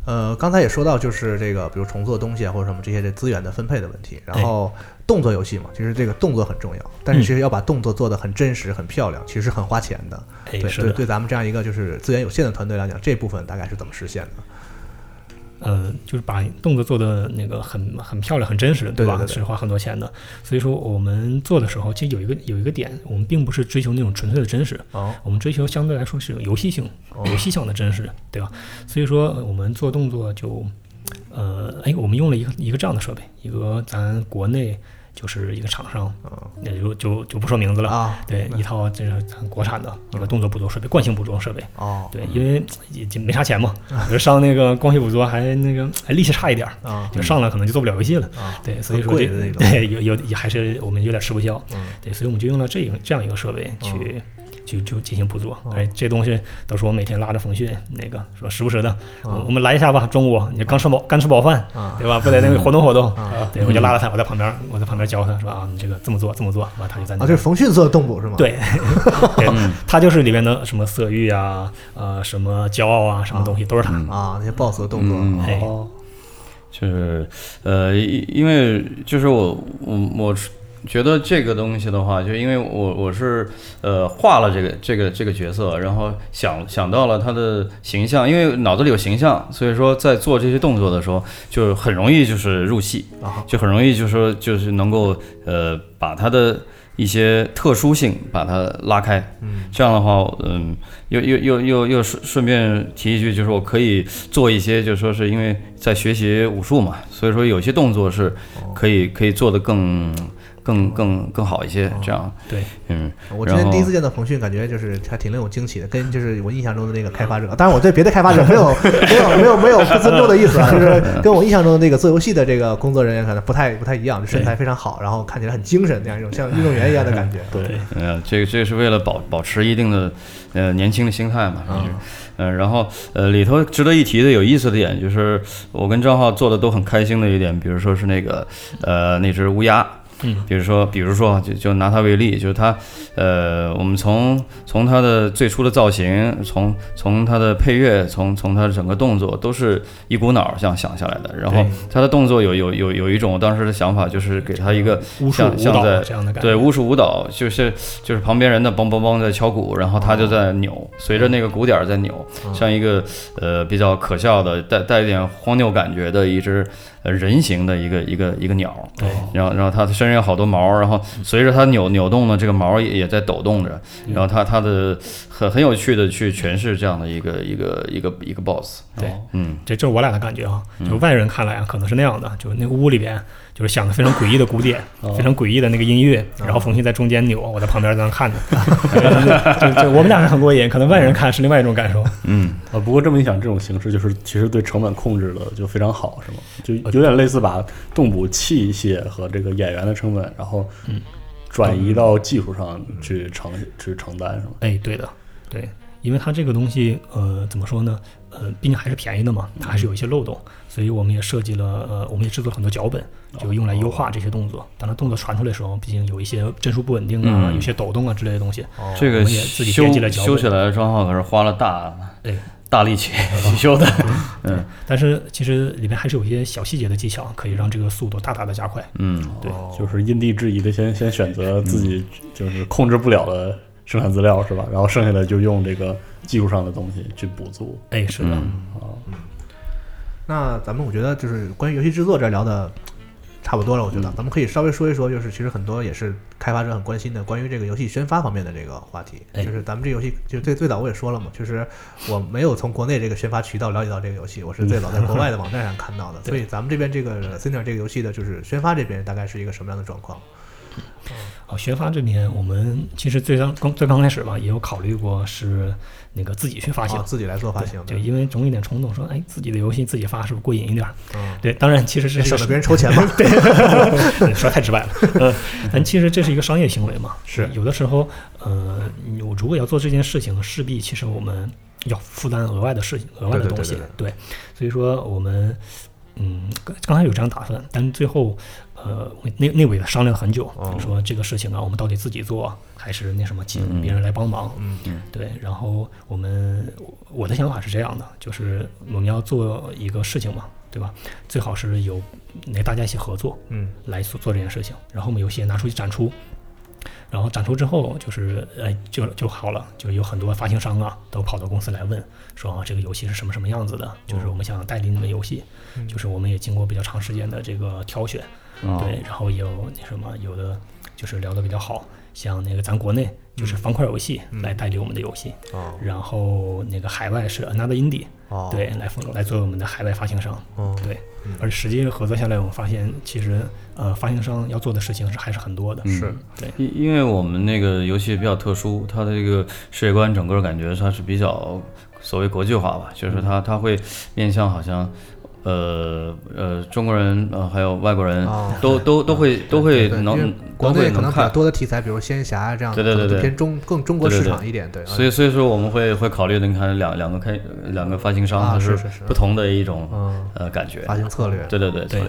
S2: 呃，刚才也说到就是这个，比如重做东西啊或者什么这些这资源的分配的问题，然后。动作游戏嘛，其实这个动作很重要，但是
S3: 嗯
S2: 其实要把动作做得很真实、很漂亮，其实是很花钱的。
S3: 哎，
S2: 对
S3: 是
S2: 对
S3: 的，
S2: 对，咱们这样一个就是资源有限的团队来讲，这部分大概是怎么实现的？
S3: 呃，就是把动作做的那个很很漂亮、很真实，
S2: 对
S3: 吧？
S2: 对对对
S3: 是花很多钱的。所以说我们做的时候，其实有一个有一个点，我们并不是追求那种纯粹的真实，
S2: 哦，
S3: 我们追求相对来说是有游戏性、游戏性的真实，对吧？所以说呃我们做动作就，呃，哎，我们用了一个一个这样的设备，一个咱国内就是一个厂商，那就就就不说名字了。
S2: 啊，
S3: 对，一套这是咱国产的一个动作捕捉设备，惯性捕捉设备。
S2: 哦，
S3: 对，因为也就没啥钱嘛，就上那个光学捕捉还那个还力气差一点儿，
S2: 啊
S3: 就上了可能就做不了游戏了。
S2: 啊，
S3: 对，所以
S2: 很
S3: 说
S2: 贵
S3: 这
S2: 的那种
S3: 对有有也还是我们有点吃不消。
S2: 嗯
S3: 对，所以我们就用了这一个这样一个设备去。就就进行捕捉，
S2: 嗯
S3: 哎，这东西到时候我每天拉着冯迅那个说时不时的，
S2: 嗯
S3: 我我们来一下吧，中午你刚吃饱刚吃饱饭，
S2: 啊
S3: 对吧？不得那个活动活动，
S2: 啊
S3: 对，我就拉着他，我在旁边我在旁边教他说啊，你这个这么做这么做，完他就在
S2: 啊，
S3: 那
S2: 这
S3: 边
S2: 是冯迅做的动捕是吗？，
S3: 对， 对，
S4: 嗯
S3: 他就是里面的什么色欲啊，呃，什么骄傲啊，什么东西都是他。
S2: 啊，那些 BOSS 的动作，
S4: 嗯
S3: 哎，
S1: 哦，
S4: 就是呃，因因为就是我我我觉得这个东西的话，就因为我我是呃画了这个这个这个角色，然后想想到了他的形象，因为脑子里有形象，所以说在做这些动作的时候，就很容易就是入戏
S2: 啊，
S4: 就很容易就是说就是能够呃把他的。一些特殊性把它拉开，
S2: 嗯，
S4: 这样的话，嗯，又又又又又顺顺便提一句，就是我可以做一些，就说是因为在学习武术嘛，所以说有些动作是可以可以做得更更更更好一些，这样，
S3: 对，
S4: 嗯，
S2: 我今天
S4: 然后
S2: 第一次见到冯迅，感觉就是还挺令我惊喜的，跟就是我印象中的那个开发者，当然我对别的开发者没 有没有没有没有不尊重的意思啊，就是跟我印象中的那个做游戏的这个工作人员可能不太不太一样，就身材非常好，然后看起来很精神那样一种像运动员一样的感觉。
S1: 对，
S4: 呃，这个这个是为了保保持一定的呃年轻的心态嘛，嗯、呃，然后呃里头值得一提的有意思的点就是我跟张浩做的都很开心的一点，比如说是那个呃那只乌鸦。
S3: 嗯，
S4: 比如说，比如说，啊就就拿它为例，就是它，呃，我们从从它的最初的造型，从从它的配乐，从从它的整个动作，都是一股脑儿这样想下来的。然后
S3: 对
S4: 它的动作有有有有一种我当时的想法，就是给它一个
S3: 巫术
S4: 像
S3: 舞蹈
S4: 像在
S3: 啊这样的感觉。
S4: 对，巫术舞蹈就是就是旁边人的梆梆梆在敲鼓，然后他就
S3: 哦
S4: 在扭，随着那个鼓点儿在扭，
S3: 嗯
S4: 像一个呃比较可笑的带带一点荒谬感觉的一只呃人形的一个一个一个鸟。
S3: 对，
S4: 然后，然后它身上有好多毛，然后随着它扭扭动呢，这个毛也也在抖动着。
S3: 嗯
S4: 然后它它的很很有趣的去诠释这样的一个一个一个一个 boss。
S3: 对
S4: 嗯，
S3: 这就是我俩的感觉啊，就是外人看来啊，可能是那样的，就是那个屋里边就是想的非常诡异的鼓点，
S4: 哦
S3: 非常诡异的那个音乐，然后冯鑫在中间扭，我在旁边在那看 着， 就就我们俩是很过瘾，可能外人看是另外一种感受。
S4: 嗯，
S1: 啊，不过这么一想，这种形式就是其实对成本控制的就非常好，是吗？就有点类似把动捕器械和这个演员的成本，然后转移到技术上去承去承担，是吗？
S3: 哎，对的，对，因为它这个东西，呃，怎么说呢？呃，毕竟还是便宜的嘛，它还是有一些漏洞，所以我们也设计了，呃，我们也制作了很多脚本，就用来优化这些动作。当它动作传出来的时候，毕竟有一些帧数不稳定啊，
S4: 嗯
S3: 有些抖动啊之类的东西。
S2: 哦
S4: 这
S3: 我
S4: 个
S3: 们也自己
S4: 修
S3: 编辑了脚本
S4: 修起来的账号可是花了大
S3: 对
S4: 大力气 修的，嗯
S3: 但是其实里面还是有一些小细节的技巧，可以让这个速度大大的加快。
S4: 嗯，
S3: 对
S1: 哦就是因地制宜的先先选择自己就是控制不了的生产资料是吧？然后剩下的就用这个技术上的东西去补足
S3: 哎，是的，
S4: 嗯
S1: 啊。
S2: 那咱们我觉得就是关于游戏制作这儿聊的差不多了，我觉
S3: 嗯
S2: 得咱们可以稍微说一说，就是其实很多也是开发者很关心的关于这个游戏宣发方面的这个话题。
S3: 哎
S2: 就是咱们这游戏，就最最早我也说了嘛，就是我没有从国内这个宣发渠道了解到这个游戏，我是最早在国外的网站上看 到的。所以咱们这边这个 c i n e r 这个游戏的就是宣发这边大概是一个什么样的状况？
S3: 哦，宣发这边我们其实最刚刚最刚开始吧，也有考虑过是那个自己去发行
S2: 啊，。自己来做发行，
S3: 对，就因为总有一点冲动，说哎，自己的游戏自己发是不是过瘾一点儿？
S2: 嗯，
S3: 对，当然其实是
S2: 也
S3: 一个
S2: 省得别人抽钱 嘛。对，
S3: 嗯说得太直白了，呃，但其实这是一个商业行为嘛。
S2: 是
S3: 有的时候，呃，你我如果要做这件事情，势必其实我们要负担额外的事情、额外的
S2: 对对
S3: 东西。
S2: 对
S3: 所以说我们，嗯，刚刚开始有这样打算，但是最后，呃，我内内委商量很久，
S2: 哦
S3: 说这个事情啊，我们到底自己做还是那什么，请别人来帮忙？
S2: 嗯
S3: 对，然后我们我我的想法是这样的，就是我们要做一个事情嘛，对吧？最好是有那大家一起合作，
S2: 嗯，
S3: 来做做这件事情，然后我们游戏也拿出去展出，然后展出之后就是呃就就好了，就有很多发行商啊都跑到公司来问说啊这个游戏是什么什么样子的，就是我们想代理你们游戏，就是我们也经过比较长时间的这个挑选，
S4: 哦
S3: 对，然后也有那什么有的就是聊得比较好，像那个咱国内就是方块游戏来代理我们的游戏，
S2: 哦
S3: 然后那个海外是 Another Indie，
S2: 哦，
S3: 对，来负来作为我们的海外发行商。
S2: 哦
S3: 对，而实际合作下来，我们发现其实呃，发行商要做的事情是还是很多的。
S4: 是
S3: 对，
S4: 因因为我们那个游戏比较特殊，它的这个世界观整个感觉它是比较所谓国际化吧，就是它它会面向好像。呃呃，中国人呃，还有外国人，
S2: 哦
S4: 都都都会都
S2: 对
S4: 会
S2: 对因为
S4: 能
S2: 国
S4: 都
S2: 内
S4: 会
S2: 可
S4: 能
S2: 能比较
S4: 看，
S2: 多的题材，比如仙侠啊这样的，
S4: 对对对
S2: 可能就
S4: 对
S2: 偏中更中国
S4: 对
S2: 市
S4: 对对
S2: 场一点，对。
S4: 所以所以说我们会会考虑的，你看两两个开两个发行商，
S2: 啊
S4: 它
S2: 是是是
S4: 不同的一种
S2: 嗯，
S4: 呃感觉，
S2: 发行策略，
S4: 对对对
S3: 对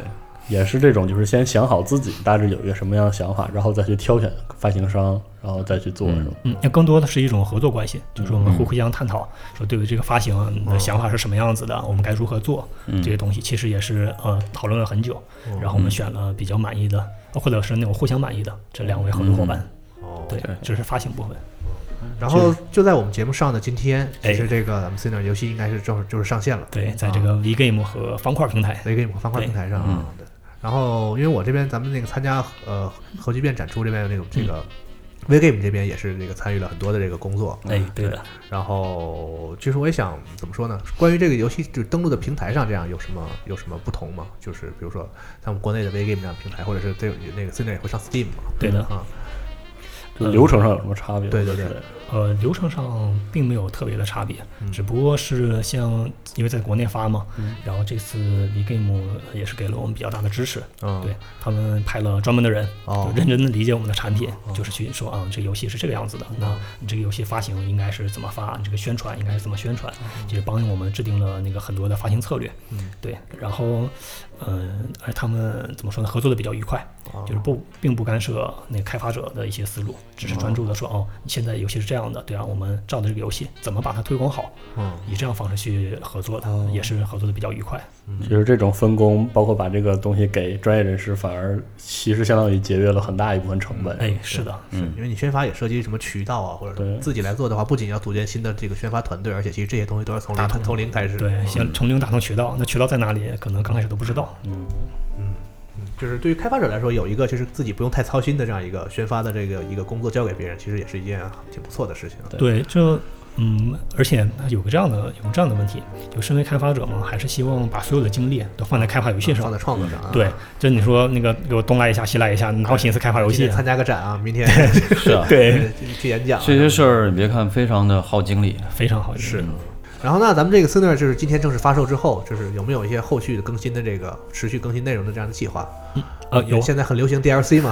S1: 也是这种，就是先想好自己大致有一个什么样的想法，然后再去挑选发行商，然后再去做，
S4: 嗯
S1: 是吗？
S3: 嗯，那更多的是一种合作关系，就是我们互互相探讨，说对于这个发行啊你的想法是什么样子的，我们该如何做
S4: 嗯
S3: 这些东西，其实也是呃讨论了很久，然后我们选了比较满意的，呃或者是那种互相满意的这两位合作伙伴。
S2: 哦，
S3: 嗯对
S4: 对，
S3: 这是发行部分。
S2: 然后就在我们节目上的今天，其
S3: 哎
S2: 实这个咱们 c i n e r 游戏应该是正就是上线了，
S3: 对，在这个 V Game 和方块平台，
S2: 雷 game 方块平台上啊。
S4: 嗯
S2: 对然后因为我这边咱们那个参加呃核聚变展出这边的那种这
S4: 嗯
S2: 个 V game 这边也是这个参与了很多的这个工作，
S3: 哎，对的。
S2: 然后其实我也想怎么说呢？关于这个游戏就是登录的平台上这样有什么有什么不同吗？就是比如说像我们国内的 V game 这样的平台，或者是这那个 c i n e r 也会上 Steam 嘛？
S3: 对的
S2: 啊，
S3: 嗯
S1: 就是流程上有什么差别？
S2: 对对对
S1: 之类的
S3: 呃，流程上并没有特别的差别，
S2: 嗯
S3: 只不过是像因为在国内发嘛，然后这次 VGame 也是给了我们比较大的支持，
S2: 嗯
S3: 对他们派了专门的人，
S2: 哦
S3: 就认真的理解我们的产品，就是去说啊，这个游戏是这个样
S2: 哦
S3: 子的，那你这个游戏发行应该是怎么发，你这个宣传应该是怎么宣
S2: 哦
S3: 传，就是帮我们制定了那个很多的发行策略，
S2: 嗯
S3: 对，然后，呃，而他们怎么说呢，合作的比较愉快，
S2: 嗯
S3: 就是不并不干涉那个开发者的一些思路，只是专注的说，哦，你现在游戏是这样的，对啊，我们照着这个游戏怎么把它推广好，
S2: 嗯
S3: 以这样方式去合作的，
S2: 哦
S3: 也是合作的比较愉快。
S1: 其实这种分工，包括把这个东西给专业人士，反而其实相当于节约了很大一部分成本。
S3: 哎，是的，
S2: 因为你宣发也涉及什么渠道啊，或者是
S1: 对
S2: 自己来做的话，不仅要组建新的这个宣发团队，而且其实这些东西都是从零从零开始。嗯
S3: 对，先从零打通渠道，那渠道在哪里，可能刚开始都不知道。
S2: 嗯就是对于开发者来说，有一个就是自己不用太操心的这样一个宣发的这个一个工作交给别人，其实也是一件啊挺不错的事情。
S3: 对，这嗯，而且有个这样的有个这样的问题，就身为开发者嘛，还是希望把所有的精力都放在开发游戏
S2: 放
S3: 上
S2: 在。创作上啊。
S3: 对，就你说那个给我东来一下西来一下，哪有心思开发游
S2: 今
S3: 戏
S2: 天
S3: 啊？
S2: 参加个展啊，明 天
S4: 是啊，
S3: 对，
S2: 去演讲啊。
S4: 这些事儿你别看非常的耗精力，
S3: 非常好，是
S2: 然后呢，咱们这个 c i n e r 就是今天正式发售之后，就是有没有一些后续的更新的这个持续更新内容的这样的计划？
S3: 啊有
S2: 现在很流行 DLC 嘛，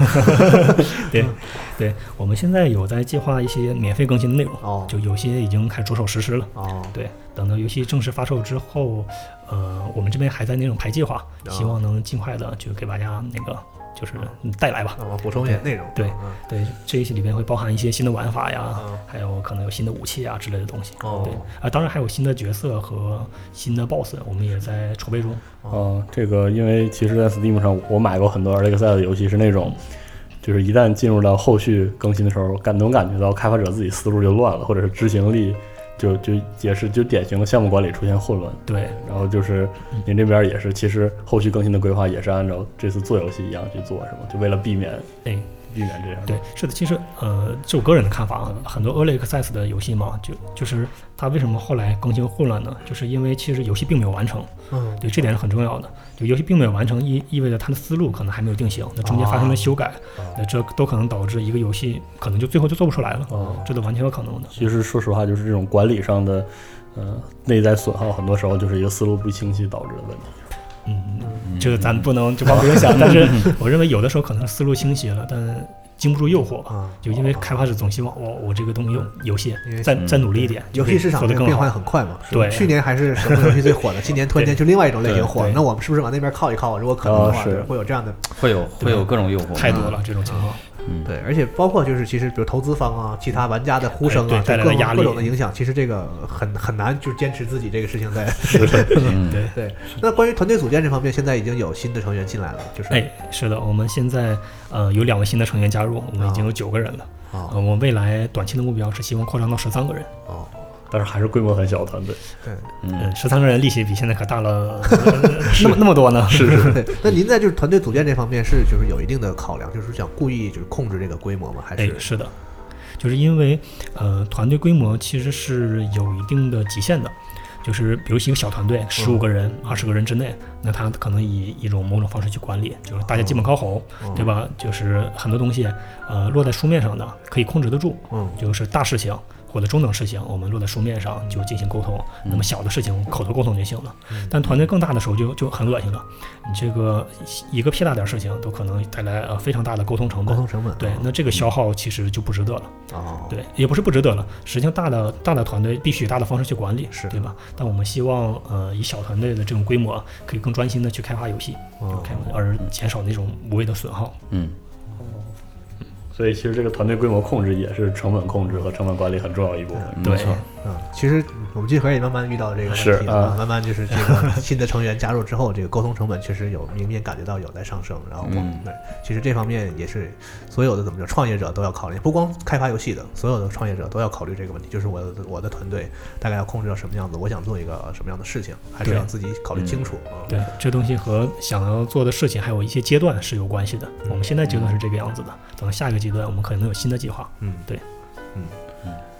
S3: 对，我们现在有在计划一些免费更新的内容，
S2: 哦
S3: 就有些已经开始着手实施了。
S2: 哦，
S3: 对，等到游戏正式发售之后，呃，我们这边还在那种排计划，希望能尽快的就给大家那个就是带来吧。
S2: 那我补充一点内容，
S3: 对
S2: 嗯
S3: 对，这一些里面会包含一些新的玩法呀
S2: 嗯，
S3: 还有可能有新的武器啊之类的东西。
S2: 哦
S3: 对啊，当然还有新的角色和新的 BOSS，我们也在筹备中。
S1: 哦，这个因为其实，在 Steam 上我买过很多 Early Access 的游戏，是那种，就是一旦进入到后续更新的时候，感能感觉到开发者自己思路就乱了，或者是执行力就就也是就典型的项目管理出现混乱。
S3: 对，
S1: 然后就是您这边也是，其实后续更新的规划也是按照这次做游戏一样去做，是吗？就为了避免
S3: 对
S1: 避免这样。
S3: 哎啊对，是的，其实呃，就我个人的看法啊，很多 early access 的游戏嘛，就就是它为什么后来更新混乱呢？就是因为其实游戏并没有完成，
S2: 嗯，
S3: 对，这点是很重要的。就游戏并没有完成，意意味着它的思路可能还没有定型，那中间发生
S2: 啊
S3: 了修改，那这都可能导致一个游戏可能就最后就做不出来了，
S2: 啊
S1: 哦，
S3: 这都完全有可能的。
S1: 其实说实话，就是这种管理上的，呃，内在损耗，很多时候就是一个思路不清晰导致的问题。
S3: 嗯，就是咱不能就 光不影响，但是我认为有的时候可能思路清晰了，但经不住诱惑吧。
S2: 啊，
S3: 就因为开发者总希望我我这个东西有游戏
S2: 因为
S3: 再再努力一点，
S2: 游戏市场
S3: 做
S2: 这
S3: 得
S2: 个
S3: 更
S2: 变
S3: 好
S2: 换。很快嘛，是吧
S3: 对
S2: 去年还是手游游戏最 火的，今年突然间就另外一种类型火了，
S3: 对对
S2: 那我们是不是往那边靠一靠？如果可能的话，
S1: 哦是
S2: 对会有这样的
S4: 会有会有各种诱惑，
S3: 太多了这种情况。
S4: 嗯，
S2: 对，而且包括就是其实比如投资方啊，其他玩家的呼声啊，
S3: 哎对带来的
S2: 各种
S3: 压力
S2: 各种的影响，其实这个很很难就是坚持自己这个事情 在。
S4: 嗯
S3: 对，
S2: 对，那关于团队组建这方面，现在已经有新的成员进来了，就是
S3: 哎，是的，我们现在呃有两位新的成员加入，我们已经有九个人了。
S2: 哦
S3: 呃，我们未来短期的目标是希望扩张到十三个人。
S2: 哦，
S1: 但是还是规模很小的团队。
S2: 对。
S3: 嗯，十三个人力气比现在可大了，呃那么那么多呢？是
S2: 对，那您在就是团队组建这方面是就是有一定的考量，就是想故意就是控制这个规模吗？还
S3: 哎
S2: 是，
S3: 是的，就是因为呃，团队规模其实是有一定的极限的，就是比如一个小团队，十五个人、二十个人之内，那他可能以一种某种方式去管理，就是大家基本靠吼，
S2: 嗯
S3: 对吧？就是很多东西呃落在书面上的可以控制得住，
S2: 嗯，
S3: 就是大事情。或者中等事情，我们落在书面上就进行沟通；
S2: 嗯
S3: 那么小的事情，口头沟通就行了。但团队更大的时候就就很恶心了，你这个一个屁大点事情都可能带来呃非常大的沟通成
S2: 沟
S3: 本
S2: 通。成本啊
S3: 对，那这个消耗其实就不值得了。
S2: 哦，
S3: 对，也不是不值得了。实际上，大的大的团队必须以大的方式去管理，
S2: 是
S3: 对吧？但我们希望，呃，以小团队的这种规模，可以更专心的去开发游戏，
S2: 哦
S3: 开发而减少那种无谓的损耗。
S4: 嗯，
S1: 所以其实这个团队规模控制也是成本控制和成本管理很重要一部分。
S4: 没
S3: 对，
S4: 错，
S2: 嗯，其实我们集合也慢慢遇到这个问题
S1: 是啊，
S2: 啊慢慢就是这个 新的成员加入之后，这个沟通成本确实有明显感觉到有在上升。然后我们
S4: 嗯
S2: 对，其实这方面也是所有的怎么说，创业者都要考虑，不光开发游戏的，所有的创业者都要考虑这个问题，就是我的我的团队大概要控制到什么样子，我想做一个什么样的事情，还是
S3: 对
S2: 要自己考虑清楚啊。
S3: 对，这东西和想要做的事情还有一些阶段是有关系的。我们现在阶段是这个样子的，等到下一个阶段，我们可能有新的计划。
S2: 嗯，
S3: 对，
S2: 嗯，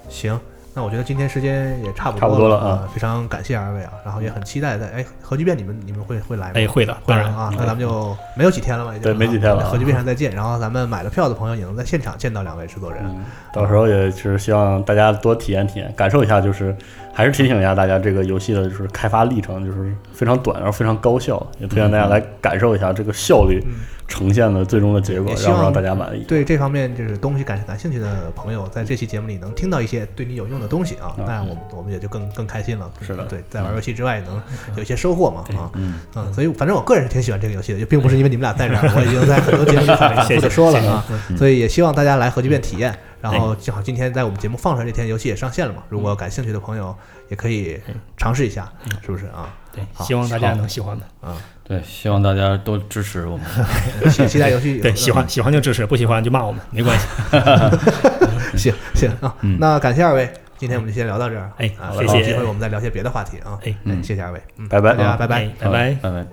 S2: 行，那我觉得今天时间也差不
S1: 差不多了
S2: 啊
S1: 啊、
S2: 呃非常感谢二位啊，然后也很期待在哎核聚变你们你们会会来吗？
S3: 哎，会的，
S2: 会
S3: 当
S2: 来
S3: 然
S2: 啊，那咱们就没有几天了嘛，已经
S1: 嗯对没几天了啊
S2: 核聚变上再见，然后咱们买了票的朋友也能在现场见到两位制作人。
S1: 嗯，到时候也是希望大家多体验体验，感受一下，就是还是提醒一下大家，这个游戏的就是开发历程就是非常短，然后非常高效，也推荐大家来感受一下这个效率
S2: 嗯
S1: 呈现的最终的结果
S2: 也，希
S1: 让不
S2: 望
S1: 让大家满意。
S2: 对这方面就是东西感感兴趣的朋友，在这期节目里能听到一些对你有用的东西啊，
S1: 嗯
S2: 那我们我们也就更更开心了。
S1: 是的
S2: 对，在玩游戏之外也能有一些收获嘛啊
S4: 嗯
S2: 嗯，所以反正我个人是挺喜欢这个游戏的，就并不是因为你们俩在这儿，我已经在很多节目里反复的说了啊，所以也希望大家来核聚变体验。然后正好今天在我们节目放出来这天，游戏也上线了嘛，如果感兴趣的朋友也可以尝试一下，是不是啊？
S3: 对，
S2: 好
S3: 希望大家
S4: 好
S3: 能喜欢的。
S4: 对，希望大家都支持我们。
S2: 期期待游戏有嗯
S3: 对，喜欢喜欢就支持，不喜欢就骂我们，没关系。
S2: 行行啊，那感谢二位，今天我们就先聊到这儿。
S3: 嗯哎
S2: 啊
S3: 谢
S2: 有
S3: 谢
S2: 机会我们再聊些别的话题啊。
S3: 哎
S4: 嗯
S2: 谢谢二位，嗯，
S1: 拜拜
S2: 大家
S1: 啊
S2: 拜拜。
S3: 哎拜拜。
S4: 拜拜。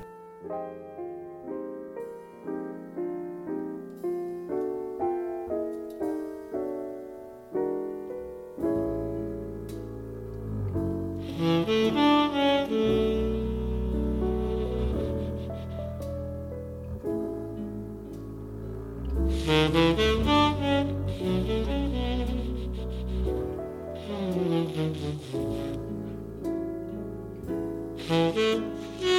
S5: Thank